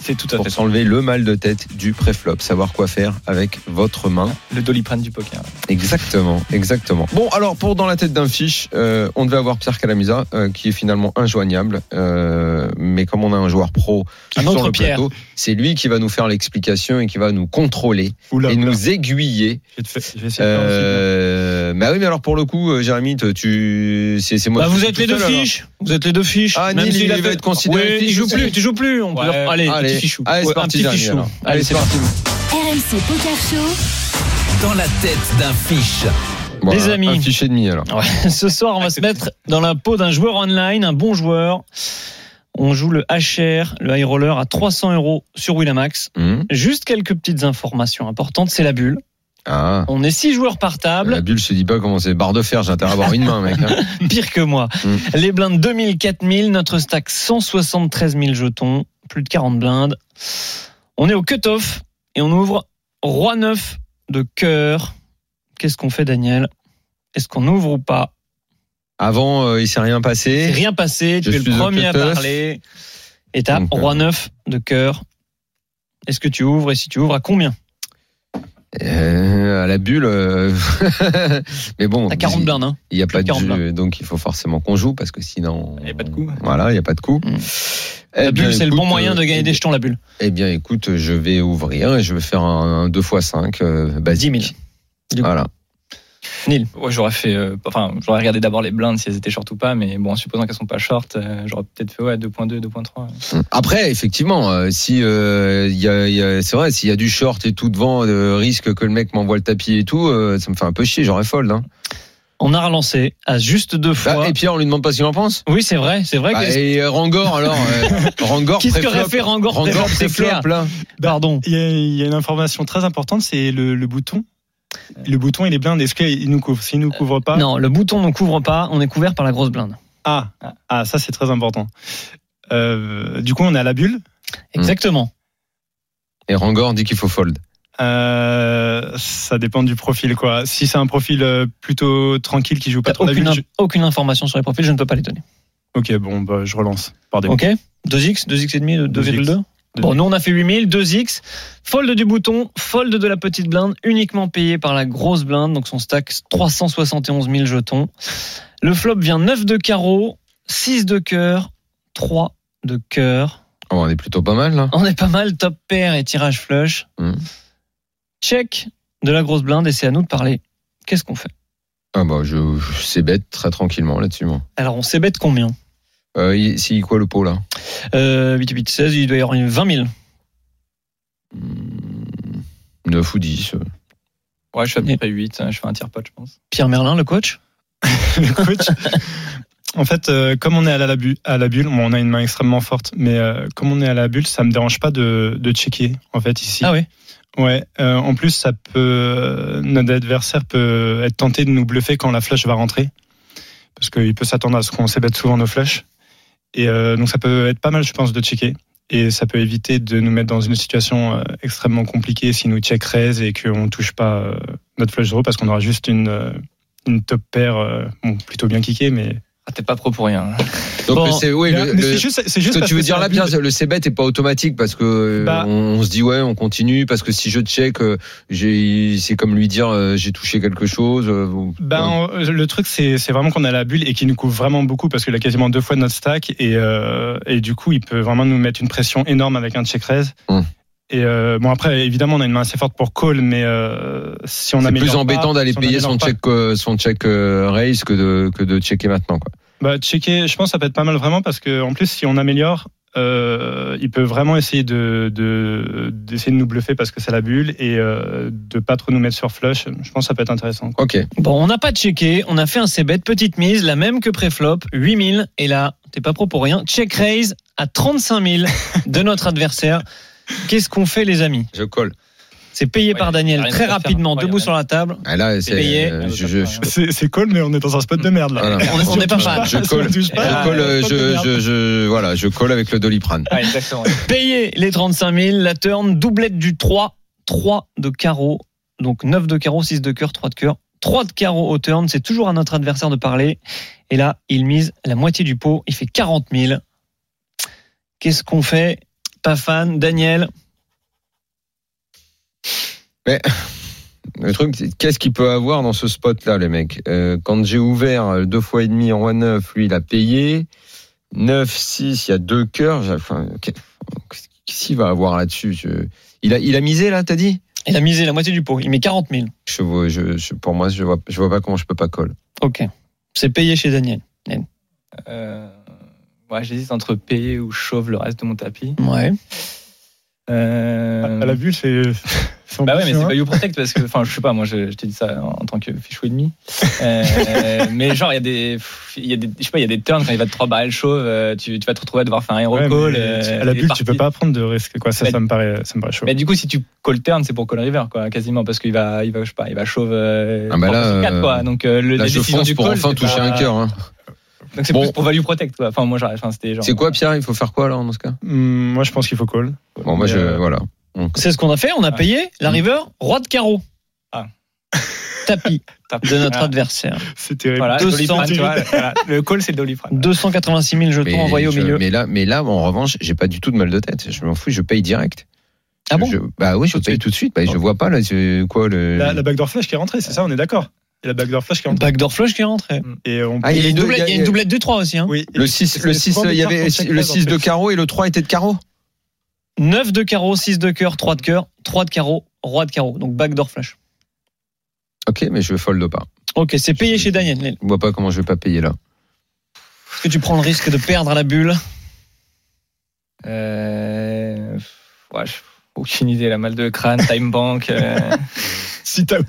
Speaker 7: C'est tout à
Speaker 5: pour
Speaker 7: fait ça.
Speaker 5: s'enlever le mal de tête du préflop, savoir quoi faire avec votre main.
Speaker 7: Le doliprane du poker. hein.
Speaker 5: Exactement, exactement. Bon, alors pour dans la tête d'un fiche, euh, on devait avoir Pierre Calamusa euh, qui est finalement injoignable, euh, mais comme on a un joueur pro
Speaker 6: Un
Speaker 5: sur
Speaker 6: autre
Speaker 5: le
Speaker 6: Pierre.
Speaker 5: plateau, c'est lui qui va nous faire l'explication et qui va nous contrôler
Speaker 8: Oula,
Speaker 5: et
Speaker 8: oula,
Speaker 5: nous aiguiller.
Speaker 8: je vais te faire- je vais essayer de faire aussi.
Speaker 5: Euh, bah oui, mais alors pour le coup, euh, Jérémy, te- tu, c'est c'est moi.
Speaker 6: Bah,
Speaker 5: qui
Speaker 6: vous
Speaker 5: suis
Speaker 6: êtes
Speaker 5: tout
Speaker 6: les deux
Speaker 5: seul, alors.
Speaker 6: fiches. Vous êtes les deux fiches.
Speaker 5: Ah,
Speaker 6: Même
Speaker 5: Neil,
Speaker 6: s'il
Speaker 5: il
Speaker 6: a
Speaker 5: va
Speaker 6: fait-
Speaker 5: être considéré
Speaker 6: Ouais,
Speaker 5: fiche,
Speaker 6: tu joues
Speaker 5: c'est
Speaker 6: plus,
Speaker 5: vrai.
Speaker 6: tu joues plus. On peut
Speaker 7: Ouais.
Speaker 6: leur- Allez,
Speaker 5: Allez,
Speaker 6: petit fichou.
Speaker 5: allez, c'est
Speaker 6: Ouais, un
Speaker 5: parti,
Speaker 6: petit
Speaker 5: Jérémy,
Speaker 6: fichou.
Speaker 5: alors. Allez, c'est parti.
Speaker 3: RMC Poker Show.
Speaker 4: Dans la tête d'un fiche.
Speaker 5: Bon,
Speaker 6: Les
Speaker 5: un-
Speaker 6: amis.
Speaker 5: un fiche et demi alors.
Speaker 6: Ouais, ce soir, on va se mettre dans la peau d'un joueur online, un bon joueur. On joue le HR, le high roller à 300 euros sur Winamax.
Speaker 5: Hum,
Speaker 6: Juste quelques petites informations importantes. C'est la bulle.
Speaker 5: Ah.
Speaker 6: On est six joueurs par table.
Speaker 5: La bulle se dit pas comment c'est barre de fer, j'ai intérêt à avoir une main, mec. hein.
Speaker 6: pire que moi.
Speaker 5: Mm.
Speaker 6: Les blindes 2000, 4000, notre stack 173 000 jetons, plus de 40 blindes. On est au cut-off et on ouvre Roi 9 de cœur. Qu'est-ce qu'on fait, Daniel Est-ce qu'on ouvre ou pas
Speaker 5: Avant, euh, il s'est rien
Speaker 6: C'est
Speaker 5: passé.
Speaker 6: rien passé,
Speaker 5: Je
Speaker 6: tu es le
Speaker 5: suis au
Speaker 6: premier à
Speaker 5: cut-off.
Speaker 6: parler. Étape,
Speaker 5: Donc, euh,
Speaker 6: Roi 9 de cœur. Est-ce que tu ouvres et si tu ouvres, à combien
Speaker 5: Euh, à la bulle. euh, Mais bon,
Speaker 6: T'as 40 blindes, hein
Speaker 5: il n'y a pas de
Speaker 6: 40
Speaker 5: jeu, donc il faut forcément qu'on joue parce que sinon.
Speaker 7: Il n'y a pas de coup.
Speaker 5: Voilà, il n'y a pas de coup.
Speaker 6: Mm.
Speaker 5: Eh
Speaker 6: La
Speaker 5: bien,
Speaker 6: bulle, c'est le bon
Speaker 5: écoute,
Speaker 6: moyen de
Speaker 5: euh,
Speaker 6: gagner
Speaker 5: eh
Speaker 6: des
Speaker 5: bien-
Speaker 6: jetons, la bulle.
Speaker 5: Eh bien, écoute, je vais ouvrir et je vais faire un 2x5 euh, basique.
Speaker 6: 10 000. Du coup.
Speaker 5: Voilà.
Speaker 7: Ouais, j'aurais fait. euh, enfin, j'aurais regardé d'abord les blindes si elles étaient short ou pas, mais bon, en supposant qu'elles sont pas short, euh, j'aurais peut-être fait ouais, 2.2, 2.3.
Speaker 5: Après, effectivement, euh, si euh, il y a, il y a- c'est vrai, s'il y a du short et tout devant, euh, risque que le mec m'envoie le tapis et tout, euh, ça me fait un peu chier, j'aurais fold. Hein.
Speaker 6: On a relancé à juste deux
Speaker 5: Ah,
Speaker 6: fois.
Speaker 5: et puis on lui demande pas ce qu'il en pense.
Speaker 6: Oui, c'est vrai, c'est vrai.
Speaker 5: Ah,
Speaker 6: que-
Speaker 5: et euh, Rangor alors, euh, Rangor
Speaker 6: Qu'est-ce
Speaker 5: préflop.
Speaker 6: qu'aurait fait Rangor
Speaker 5: Rangor
Speaker 6: préflop, c'est
Speaker 5: préflop,
Speaker 6: clair.
Speaker 5: là.
Speaker 6: Pardon.
Speaker 8: Il y, a, il y a une information très importante, c'est le, le bouton. Le bouton, il est blindé. Est-ce qu'il nous couvre S'il nous couvre pas,
Speaker 6: Euh, Non, le bouton ne couvre pas, on est couvert par la grosse blinde.
Speaker 8: ah, ah, ça c'est très important. Euh, du coup, on a la bulle.
Speaker 5: Hmm.
Speaker 6: Exactement.
Speaker 5: Et Rangor dit qu'il faut fold.
Speaker 8: Euh, ça dépend du profil, quoi. Si c'est un profil euh, plutôt tranquille qui joue pas
Speaker 6: T'as
Speaker 8: trop la
Speaker 6: Aucune,
Speaker 8: bulle,
Speaker 6: in- aucune information sur les profils, je ne peux pas les donner.
Speaker 8: je- ok, bon, bah, je relance. Par défaut.
Speaker 6: Ok 2x, 2x et demi, 2,2
Speaker 8: 2x.
Speaker 6: Bon, nous on a fait 8000, 2x, fold du bouton, fold de la petite blinde, uniquement payé par la grosse blinde, donc son stack 371 000 jetons. Le flop vient 9 de carreau, 6 de cœur, 3 de cœur.
Speaker 5: Oh, on est plutôt pas mal là.
Speaker 6: On est pas mal, top pair et tirage flush.
Speaker 5: Hmm.
Speaker 6: Check de la grosse blinde et c'est à nous de parler. Qu'est-ce qu'on fait
Speaker 5: Ah bah je, je c'est bête très tranquillement là-dessus moi.
Speaker 6: Alors on s'ébête combien
Speaker 5: Euh, il- c'est quoi le pot là
Speaker 6: euh, 8, 8, 16, il doit y avoir une 20 000.
Speaker 5: 9 ou 10 euh.
Speaker 7: Ouais, je fais à peu près 8, hein, je fais un tir pot, je pense.
Speaker 6: Pierre Merlin, le coach
Speaker 8: Le coach. en fait, euh, comme on est à la, bu- à la bulle, bon, on a une main extrêmement forte, mais euh, comme on est à la bulle, ça me dérange pas de, de checker, en fait, ici.
Speaker 6: Ah oui
Speaker 8: Ouais, euh, en plus, ça peut, euh, notre adversaire peut être tenté de nous bluffer quand la flush va rentrer. Parce qu'il peut s'attendre à ce qu'on s'ébête souvent nos flashs. Et euh, donc, ça peut être pas mal, je pense, de checker. Et ça peut éviter de nous mettre dans une situation euh, extrêmement compliquée si nous check raise et qu'on touche pas euh, notre flush draw parce qu'on aura juste une, euh, une top pair, euh, bon, plutôt bien kickée, mais.
Speaker 7: Ah, t'es pas pro pour rien. hein.
Speaker 5: Donc
Speaker 6: Bon,
Speaker 5: c'est oui le, le-
Speaker 8: Mais c'est juste, c'est juste
Speaker 5: ce que
Speaker 8: parce
Speaker 5: tu veux
Speaker 8: c'est
Speaker 5: dire
Speaker 8: la
Speaker 5: là
Speaker 8: bulle.
Speaker 5: Pierre, le c'est bête est pas automatique parce que euh,
Speaker 8: Bah.
Speaker 5: on, on se dit ouais on continue parce que si je check euh, j'ai c'est comme lui dire euh, j'ai touché quelque chose. euh, ou-
Speaker 8: Ben,
Speaker 5: ouais.
Speaker 8: on- le truc, c'est c'est vraiment qu'on a la bulle et qui nous couvre vraiment beaucoup parce qu'il a quasiment deux fois notre stack et, euh, et du coup, il peut vraiment nous mettre une pression énorme avec un check raise.
Speaker 5: Hum.
Speaker 8: Et euh, bon, après, évidemment, on a une main assez forte pour call, mais euh, si on
Speaker 5: c'est
Speaker 8: améliore.
Speaker 5: plus
Speaker 8: pas-
Speaker 5: embêtant d'aller
Speaker 8: si on
Speaker 5: payer
Speaker 8: améliore
Speaker 5: son
Speaker 8: pas-
Speaker 5: check euh, son check euh, raise que de que de checker maintenant quoi.
Speaker 8: Bah, checker, je pense, que ça peut être pas mal vraiment parce que en plus, si on améliore, euh, il peut vraiment essayer de, de- d'essayer de nous bluffer parce que c'est la bulle et euh, de pas trop nous mettre sur flush. Je pense que ça peut être intéressant. quoi.
Speaker 5: Ok.
Speaker 6: Bon, on n'a pas checké, on a fait un C-bet, petite mise, la même que préflop, 8000. Et là, t'es pas pro pour rien. Check raise à 35 000 de notre adversaire. Qu'est-ce qu'on fait, les amis
Speaker 5: Je colle.
Speaker 6: C'est payé
Speaker 7: Ouais,
Speaker 6: par
Speaker 7: y a
Speaker 6: Daniel
Speaker 7: rien
Speaker 6: très
Speaker 7: à faire,
Speaker 6: rapidement,
Speaker 7: hein. Ouais,
Speaker 6: debout
Speaker 7: y a
Speaker 6: sur la table.
Speaker 5: Ah, là, c'est.
Speaker 6: payé.
Speaker 8: bah,
Speaker 5: euh, je, je- je-
Speaker 8: C'est, c'est cool, mais on est dans un spot de merde là.
Speaker 5: voilà.
Speaker 6: On on n'est pas fan.
Speaker 5: Je colle.
Speaker 8: touche pas, hein,
Speaker 5: Je colle, euh,
Speaker 8: spot de
Speaker 5: je,
Speaker 8: merde.
Speaker 5: je- je- voilà, je colle avec le doliprane.
Speaker 7: Ouais, exactement. ouais.
Speaker 6: Payé les 35 000, la turn, doublette du 3, 3 de carreau. Donc 9 de carreau, 6 de cœur, 3 de cœur. 3 de carreau au turn, c'est toujours à notre adversaire de parler. Et là, il mise la moitié du pot, il fait 40 000. Qu'est-ce qu'on fait Pas fan, Daniel.
Speaker 5: Le truc, c'est qu'est-ce qu'il peut avoir dans ce spot-là, les mecs Euh, Quand j'ai ouvert euh, deux fois et demi en roi 9, lui, il a payé. 9, 6, il y a deux cœurs. J'ai- Enfin, ok. Qu'est-ce qu'il va avoir là-dessus Je- il, a, il a misé, là, t'as dit
Speaker 6: Il a misé la moitié du pot, il met 40 000.
Speaker 5: je vois, je, je- Pour moi, je vois, je vois pas comment je peux pas coller.
Speaker 6: Ok, c'est payé chez Daniel.
Speaker 7: Euh, ouais, J'hésite entre payer ou chauve le reste de mon tapis.
Speaker 6: Ouais.
Speaker 7: Euh,
Speaker 8: À la bulle, c'est. c'est
Speaker 7: Bah ouais, mais
Speaker 8: ambitieux,
Speaker 7: c'est
Speaker 8: hein.
Speaker 7: pas You Protect parce que, enfin, je sais pas, moi, je, je t'ai dit ça en, en tant que fichou ennemi. Euh, mais genre, il y a des, pff, il y a des, je sais pas, il y a des turns quand il va te 3 barrel chauve, euh, tu, tu vas te retrouver à devoir faire un hero
Speaker 8: Ouais, mais
Speaker 7: call.
Speaker 8: tu-
Speaker 7: euh,
Speaker 8: à la
Speaker 7: et
Speaker 8: bulle,
Speaker 7: parti.
Speaker 8: tu peux pas prendre de risque. Quoi. Ça,
Speaker 7: Mais-
Speaker 8: ça me paraît, ça me paraît chaud.
Speaker 7: Mais du coup, si tu call turn, c'est pour call river, quoi, quasiment, parce qu'il va, il va, je sais pas, il va chauve. Euh,
Speaker 5: Ah bah là,
Speaker 7: 3 sur 4, quoi. Donc, euh, le,
Speaker 5: Là,
Speaker 7: la
Speaker 5: je
Speaker 7: décision
Speaker 5: fonce
Speaker 7: du
Speaker 5: pour
Speaker 7: call,
Speaker 5: enfin
Speaker 7: c'est
Speaker 5: toucher
Speaker 7: pas-
Speaker 5: un cœur. hein.
Speaker 7: Donc, c'est
Speaker 5: Bon.
Speaker 7: plus pour value protect, quoi. Enfin, moi, j'aurais- enfin, c'était genre.
Speaker 5: C'est quoi, Pierre Il faut faire quoi, là, dans ce cas
Speaker 8: Hum, moi, je pense qu'il faut call.
Speaker 5: Bon, moi,
Speaker 8: Mais,
Speaker 5: je.
Speaker 8: euh,
Speaker 5: Voilà.
Speaker 6: C'est ce qu'on a fait, on a
Speaker 7: Ah.
Speaker 6: payé la river, roi de carreau.
Speaker 7: Ah.
Speaker 6: Tapis
Speaker 7: Tapis.
Speaker 6: de notre
Speaker 7: Ah.
Speaker 6: adversaire.
Speaker 8: C'est terrible.
Speaker 7: Voilà,
Speaker 6: 200,
Speaker 7: Doliprane, tu vois, voilà. le call, c'est le Doliprane.
Speaker 6: 286 000 jetons envoyés au
Speaker 5: je-
Speaker 6: milieu.
Speaker 5: mais là, mais là, en revanche, j'ai pas du tout de mal de tête. Je m'en fous, je paye direct.
Speaker 6: Ah bon
Speaker 5: Je- Bah oui, je
Speaker 7: Tout de
Speaker 5: paye
Speaker 7: suite.
Speaker 5: tout de suite. Bah, je
Speaker 7: Ok.
Speaker 5: vois pas là, c'est quoi le.
Speaker 8: Ah, La, la backdoor flash qui est rentrée, c'est ça, on est d'accord. Et La backdoor flash qui est rentrée.
Speaker 6: Backdoor flush qui est rentré.
Speaker 8: Et on
Speaker 5: Ah,
Speaker 6: Il y
Speaker 5: est
Speaker 6: a une
Speaker 5: deux-
Speaker 6: doublette, il y a une doublette de 3 aussi. Hein.
Speaker 8: Oui.
Speaker 5: Le 6, le 6 il y avait le 6 de carreau et le 3 était de carreau.
Speaker 6: 9 de carreau, 6 de cœur, 3 de cœur, 3 de carreau, roi de carreau. Donc backdoor flush.
Speaker 5: Ok, mais je folde pas.
Speaker 6: Ok, c'est payé chez Daniel. Lel.
Speaker 5: Je vois pas comment je vais pas payer là.
Speaker 6: Est-ce que tu prends le risque de perdre à la bulle
Speaker 7: Euh, ouais, je- aucune idée, la mal de crâne, time bank. euh,
Speaker 8: Si t'as out.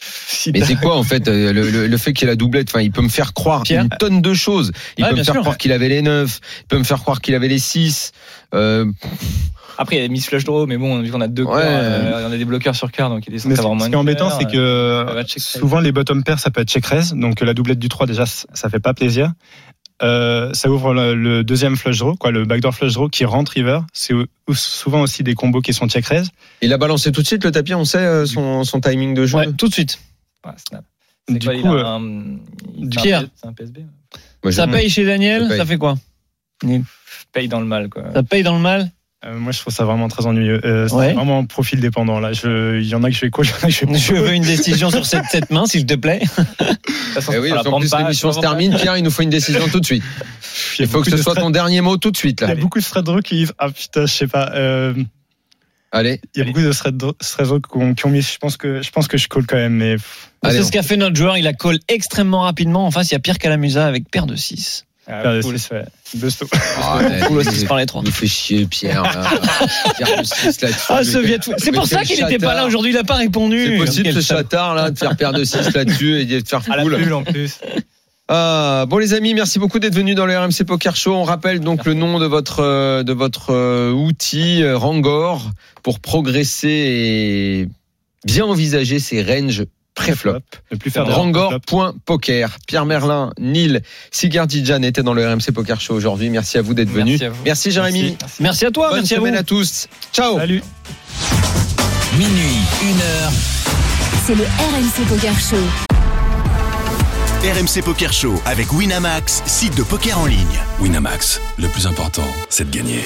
Speaker 7: si
Speaker 5: Mais
Speaker 7: t'as-
Speaker 5: c'est quoi en fait euh, le, le- le fait qu'il a la doublette Enfin, il peut me faire croire
Speaker 6: Pierre
Speaker 5: une tonne de choses. Il
Speaker 6: Ouais,
Speaker 5: peut me
Speaker 6: bien
Speaker 5: faire
Speaker 6: sûr.
Speaker 5: croire qu'il avait les 9, il peut me faire croire qu'il avait les 6. Euh,
Speaker 7: Après, il y a Miss Flush Draw, mais bon, vu qu'on a deux
Speaker 5: Ouais.
Speaker 7: cœurs, euh, on a des bloqueurs sur cœur, donc il est
Speaker 8: Mais
Speaker 7: censé
Speaker 8: ce
Speaker 7: avoir moins
Speaker 8: ce
Speaker 7: de
Speaker 8: qui est embêtant,
Speaker 7: cœur,
Speaker 8: c'est que
Speaker 7: ça va
Speaker 8: euh,
Speaker 7: check raise.
Speaker 8: souvent les bottom pairs, ça peut être check raise. Donc euh, la doublette du 3, déjà, c- ça fait pas plaisir. Euh, ça ouvre le, le deuxième flush draw, quoi, le backdoor flush draw qui rentre river. C'est au- ou- souvent aussi des combos qui sont check raise.
Speaker 5: il a balancé tout de suite le tapis. On sait euh, son, son timing de jeu.
Speaker 6: Ouais, tout de suite.
Speaker 7: Ouais, snap. C'est
Speaker 8: Du
Speaker 7: quoi, il
Speaker 8: coup,
Speaker 7: a
Speaker 8: euh,
Speaker 7: un- hum, il-
Speaker 6: du
Speaker 7: c'est un
Speaker 6: Pierre.
Speaker 7: P- C'est un PSB.
Speaker 5: Moi, je-
Speaker 6: Ça paye chez Daniel,
Speaker 5: Je paye.
Speaker 6: ça fait quoi
Speaker 7: Paye dans le mal, quoi.
Speaker 5: Eh
Speaker 6: Ça paye dans le mal
Speaker 8: Euh, moi, je trouve ça vraiment très ennuyeux. Euh, c'est
Speaker 6: Ouais.
Speaker 8: vraiment profil dépendant. Là, Je- il y en a que je vais call, il y en a que je vais pas
Speaker 6: Je
Speaker 8: call.
Speaker 6: veux une décision sur cette, cette main, s'il te plaît.
Speaker 7: De toute façon,
Speaker 5: Eh
Speaker 7: ça
Speaker 5: oui, en
Speaker 7: sera Ah, la
Speaker 5: plus
Speaker 7: prendre pas,
Speaker 5: l'émission
Speaker 7: ça
Speaker 5: se
Speaker 7: sera la
Speaker 5: termine, Pierre, il nous faut une décision tout de suite.
Speaker 8: y a
Speaker 5: Il faut que
Speaker 8: beaucoup
Speaker 5: ce
Speaker 8: de
Speaker 5: soit
Speaker 8: stress.
Speaker 5: ton dernier mot tout de suite
Speaker 8: Il y
Speaker 5: là.
Speaker 8: a beaucoup de thread draw qui disent Ah putain, je sais pas. euh,
Speaker 5: Allez,
Speaker 8: il y a beaucoup de thread draw, thread draw qui ont, qui ont mis. Je pense, que, je pense que je call quand même, mais pff,
Speaker 5: Allez,
Speaker 6: C'est
Speaker 5: on-
Speaker 6: ce qu'a fait notre joueur, il a call extrêmement rapidement. En face, il y a Pierre Calamusa avec paire de 6.
Speaker 7: prendre. Ah,
Speaker 8: euh,
Speaker 7: cool.
Speaker 8: c'est- ouais, deux stops.
Speaker 5: Ah,
Speaker 6: Cool
Speaker 5: allez.
Speaker 6: aussi par les 3.
Speaker 5: Il nous fait chier, Pierre. là. Pierre le six, là-dessus.
Speaker 6: Ah,
Speaker 5: Mais
Speaker 6: ce
Speaker 5: quel-
Speaker 6: Viet Fou- C'est pour
Speaker 5: mais
Speaker 6: ça
Speaker 5: quel
Speaker 6: qu'il n'était pas
Speaker 5: chatard.
Speaker 6: là aujourd'hui, il n'a pas répondu.
Speaker 5: C'est possible
Speaker 6: Quel
Speaker 5: ce
Speaker 6: sale-
Speaker 5: chatard là de faire perdre de 6 là-dessus et de faire
Speaker 7: À la
Speaker 5: cool.
Speaker 7: bulle, en plus.
Speaker 5: Ah, bon les amis, merci beaucoup d'être venus dans le RMC Poker Show. On rappelle donc le nom de votre euh, de votre euh, outil euh, Rangor pour progresser et bien envisager ces ranges pré-flop.
Speaker 8: Ne plus faire de
Speaker 5: Rangor.poker. Pierre Merlin, Neil, Sigardi Jan étaient dans le RMC Poker Show aujourd'hui. Merci à vous d'être venus.
Speaker 7: Merci à vous.
Speaker 5: Merci Jérémy.
Speaker 6: Merci à toi,
Speaker 5: Bonne
Speaker 6: merci à vous.
Speaker 5: semaine à, tous. Ciao.
Speaker 8: Salut.
Speaker 4: Minuit, 1 heure.
Speaker 3: C'est le RMC Poker Show.
Speaker 1: RMC Poker Show avec Winamax, site de poker en ligne.
Speaker 2: Winamax, le plus important, c'est de gagner.